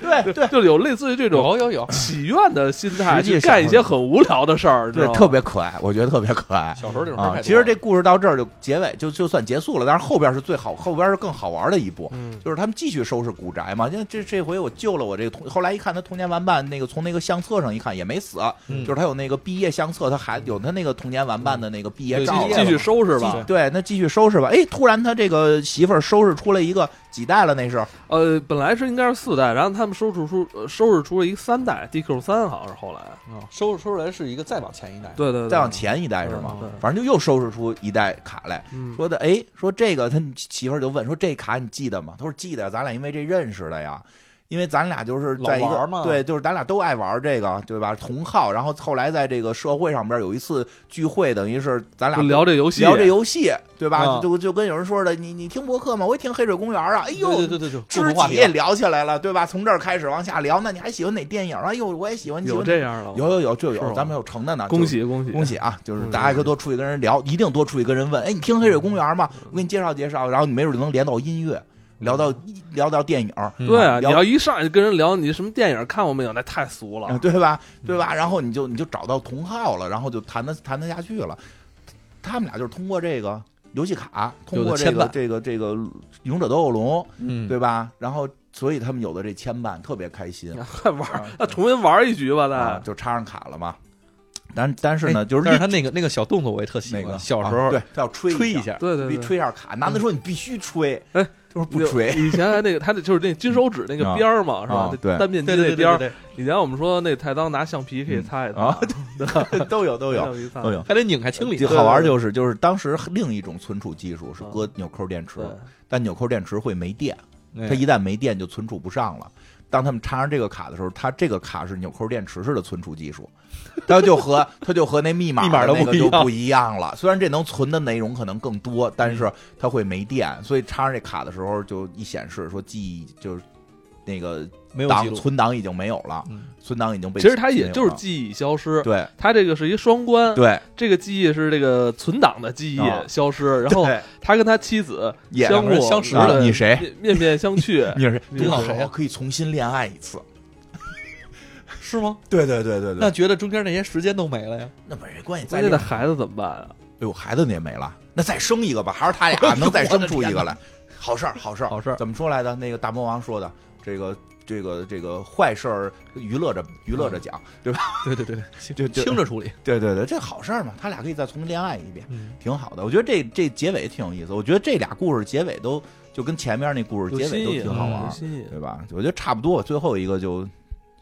S2: 对对
S1: 就有类似于这种
S3: 有有有，
S1: 祈愿的心态
S2: 实际
S1: 去
S2: 上
S1: 干一些很无聊的事儿，你知道吗
S2: 对，特别可爱，我觉得特别可爱。
S3: 小时候这种事
S2: 啊
S3: 儿太多，了
S2: 其实这故事到这儿就结尾就就算结束了，但是后边是最好，后边是更好玩的一步，
S1: 嗯，
S2: 就是他们继续收拾古宅嘛。因为这这回我救了我这个同，后来一看他童年玩伴那个从那个相册上一看也没死，
S3: 嗯
S2: 就是他有那个毕业相册，他还有他那个童年玩伴的那个毕业
S3: 对
S2: 照了嘛，
S1: 继续收拾吧
S2: 继。对，那继续收拾吧。哎，突然他这个媳妇儿收拾出来一个几代了？那是
S1: 呃，本来是应该是四代，然后他们收拾出呃收拾出了一个三代 DQ 三，好像是后来，
S3: 嗯收拾出来是一个再往前一代，
S1: 对对对，
S2: 再往前一代是吗？
S3: 嗯
S1: 对
S2: 反正就又收拾出一代卡来，
S1: 嗯，
S2: 说的哎，说这个他媳妇儿就问说这卡你记得吗？他说记得，咱俩因为这认识的呀，因为咱俩就是在一
S3: 老
S2: 个
S3: 玩嘛
S2: 对，就是咱俩都爱玩这个，对吧？同好，然后后来在这个社会上边有一次聚会，等于是咱俩
S1: 就聊这游戏，
S2: 聊这游戏，对吧？
S3: 啊
S2: 就就跟有人说的，你你听博客吗？我也听黑水公园啊，哎呦。
S3: 对对对对，
S2: 知
S3: 共同话
S2: 己
S3: 题
S2: 也聊起来了，对吧？从这儿开始往下聊，那你还喜欢哪电影啊？哎呦，我也喜欢。你喜
S1: 有
S2: 欢
S1: 这样的吗，
S2: 有有有，这
S1: 是吗
S2: 有，咱们有成的呢。
S1: 恭喜恭喜
S2: 恭喜啊！就是
S1: 嗯
S2: 大家可多出去跟人聊，一定多出去跟人问。哎，你听黑水公园吗？我给你介绍介绍，然后你没准就能连到音乐，聊到聊到电影，
S3: 嗯
S1: 对啊，你
S2: 聊
S1: 要一上来就跟人聊你什么电影看过没有，那太俗了。
S2: 对吧？对吧？然后你就你就找到同好了，然后就谈得谈得下去了。他们俩就是通过这个游戏卡，通过这
S3: 有
S2: 个
S3: 的牵绊
S2: 这个这个勇者斗恶龙，
S3: 嗯，
S2: 对吧？然后所以他们有的这牵绊特别开心，
S1: 还玩儿
S2: 啊，
S1: 那重新玩儿一局吧，
S2: 啊
S1: 再，
S2: 就插上卡了嘛。但但是
S3: 哎
S2: 呢，就是
S3: 但是
S2: 另
S3: 他那个那个小动作我也特喜
S2: 那
S3: 欢，
S2: 个
S3: 小时
S2: 啊
S3: 候
S2: 对他要吹
S3: 吹一
S2: 下，
S3: 下，嗯
S1: 对对
S2: 必
S1: 对，
S2: 吹一下卡。男的说你必须吹，
S1: 哎，
S2: 就是不吹。
S1: 以前还那个，他那就是那金手指那个边儿嘛，是
S2: 啊
S1: 吧？那
S2: 对
S1: 单面机
S3: 对
S1: 那
S3: 对
S1: 边
S3: 对
S1: 儿。
S3: 对，
S1: 以前我们说那菜刀拿橡皮可以擦一擦，
S2: 啊
S1: 对
S2: 都有都
S3: 嗯
S2: 有
S1: 橡皮擦
S2: 都有。
S3: 还得拧开清理。
S2: 就好玩就是就是当时另一种存储技术是
S3: 嗯
S1: 啊
S2: 搁纽扣电池
S1: 对，，
S2: 但纽扣电池会没电，
S3: 对
S2: 它一旦没电就存储不上了。当他们插上这个卡的时候，它这个卡是纽扣电池式的存储技术，它就和它就和那密码
S3: 密码
S2: 的
S3: 都
S2: 那个
S3: 不一
S2: 就
S3: 样
S2: 不一样了。虽然这能存的内容可能更多，但是它会没电，所以插上这卡的时候就一显示说记忆就是那个
S3: 没有记
S2: 档
S3: 录。
S2: 存档已经没有了，
S3: 嗯
S2: 存档已经被
S1: 其实它也就是
S2: 没
S1: 记忆消失
S2: 有了，对
S1: 它这个是一双关，
S2: 对，
S1: 这个记忆是这个存档的记
S2: 啊
S1: 忆消失，然后
S2: 对
S1: 他跟他妻子
S2: 也
S1: 相
S3: 两个
S1: 互
S3: 人相识
S1: 对
S2: 了你谁，
S1: 面面面相觑
S2: 你是
S1: 你
S2: 多
S3: 是谁啊
S2: 好，
S3: 呀
S2: 可以重新恋爱一次。
S3: 是吗？
S2: 对对对对
S3: 那觉得中间那些时间都没了呀？
S2: 那没关系，再
S1: 关键那
S2: 这哎
S1: 孩子怎么办啊？
S2: 呦，孩子也没了，那再生一个吧，还是他俩能再生出一个来，好事儿，好事儿，
S3: 好事儿
S2: 怎么说来的？那个大魔王说的，这个这个这个坏事儿娱乐着娱乐着讲， 对吧？
S3: 对对对对，
S2: 就就
S3: 轻着处理。
S2: 对对对，这好事儿嘛，他俩可以再重新恋爱一遍，
S3: 嗯，
S2: 挺好的。我觉得这这结尾挺有意思，我觉得这俩故事结尾都就跟前面那故事
S1: 有
S2: 结尾
S1: 新
S2: 都
S1: 意，嗯
S2: 挺好啊玩
S1: 有
S2: 儿，
S1: 新意，
S2: 对吧？我觉得差不多，最后一个就嗯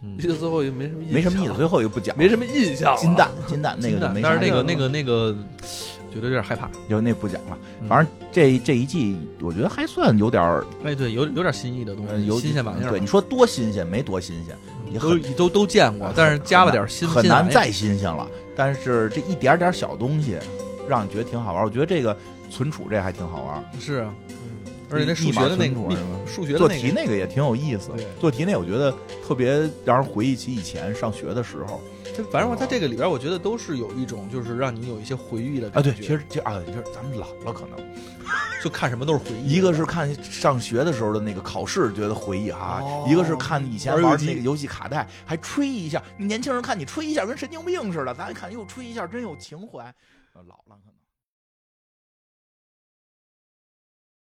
S3: 嗯
S1: 这最后也没什么意思，
S2: 没什么意思，最后一个不讲，
S1: 没什么印象了，
S2: 金蛋金蛋那个就没啥
S3: 但
S2: 意
S3: 是
S2: 思，
S3: 那个那个那个，觉得有点害怕。
S2: 就那不讲了。
S3: 嗯
S2: 反正这这一季，我觉得还算有点儿
S3: 哎，对，有有点新意的东
S2: 呃
S3: 西，
S2: 有
S3: 嗯新鲜玩意儿
S2: 对，你说多新鲜没多新鲜，你
S3: 吧，都
S2: 很
S3: 都都见过，但是加了点新，
S2: 很
S3: 新玩
S2: 难
S3: 意儿
S2: 再新鲜了。但是这一点点小东西，让你觉得挺好玩。我觉得这个存储这还挺好玩，
S3: 是啊，
S1: 嗯
S3: 而且那数
S2: 密
S3: 学
S2: 码
S3: 的那
S2: 存储
S3: 个
S2: 是吧
S3: 数学的
S2: 做
S3: 那
S2: 题
S3: 个
S2: 那个也挺有意思
S3: 对。
S2: 做题那我觉得特别让人回忆起以前上学的时候
S3: 这反正在这个里边，我觉得都是有一种就是让你有一些回忆的
S2: 啊。
S3: 感觉。
S2: 对，其实其实啊，其实咱们老了可能。
S3: 就看什么都是回忆。
S2: 一个是看上学的时候的那个考试，觉得回忆哈；
S3: 哦
S2: 一个是看以前
S3: 玩游
S2: 玩
S3: 戏
S2: 那个游戏卡带，还吹一下。年轻人看你吹一下，跟神经病似的；咱一看，哟，吹一下真有情怀。呃老了可能。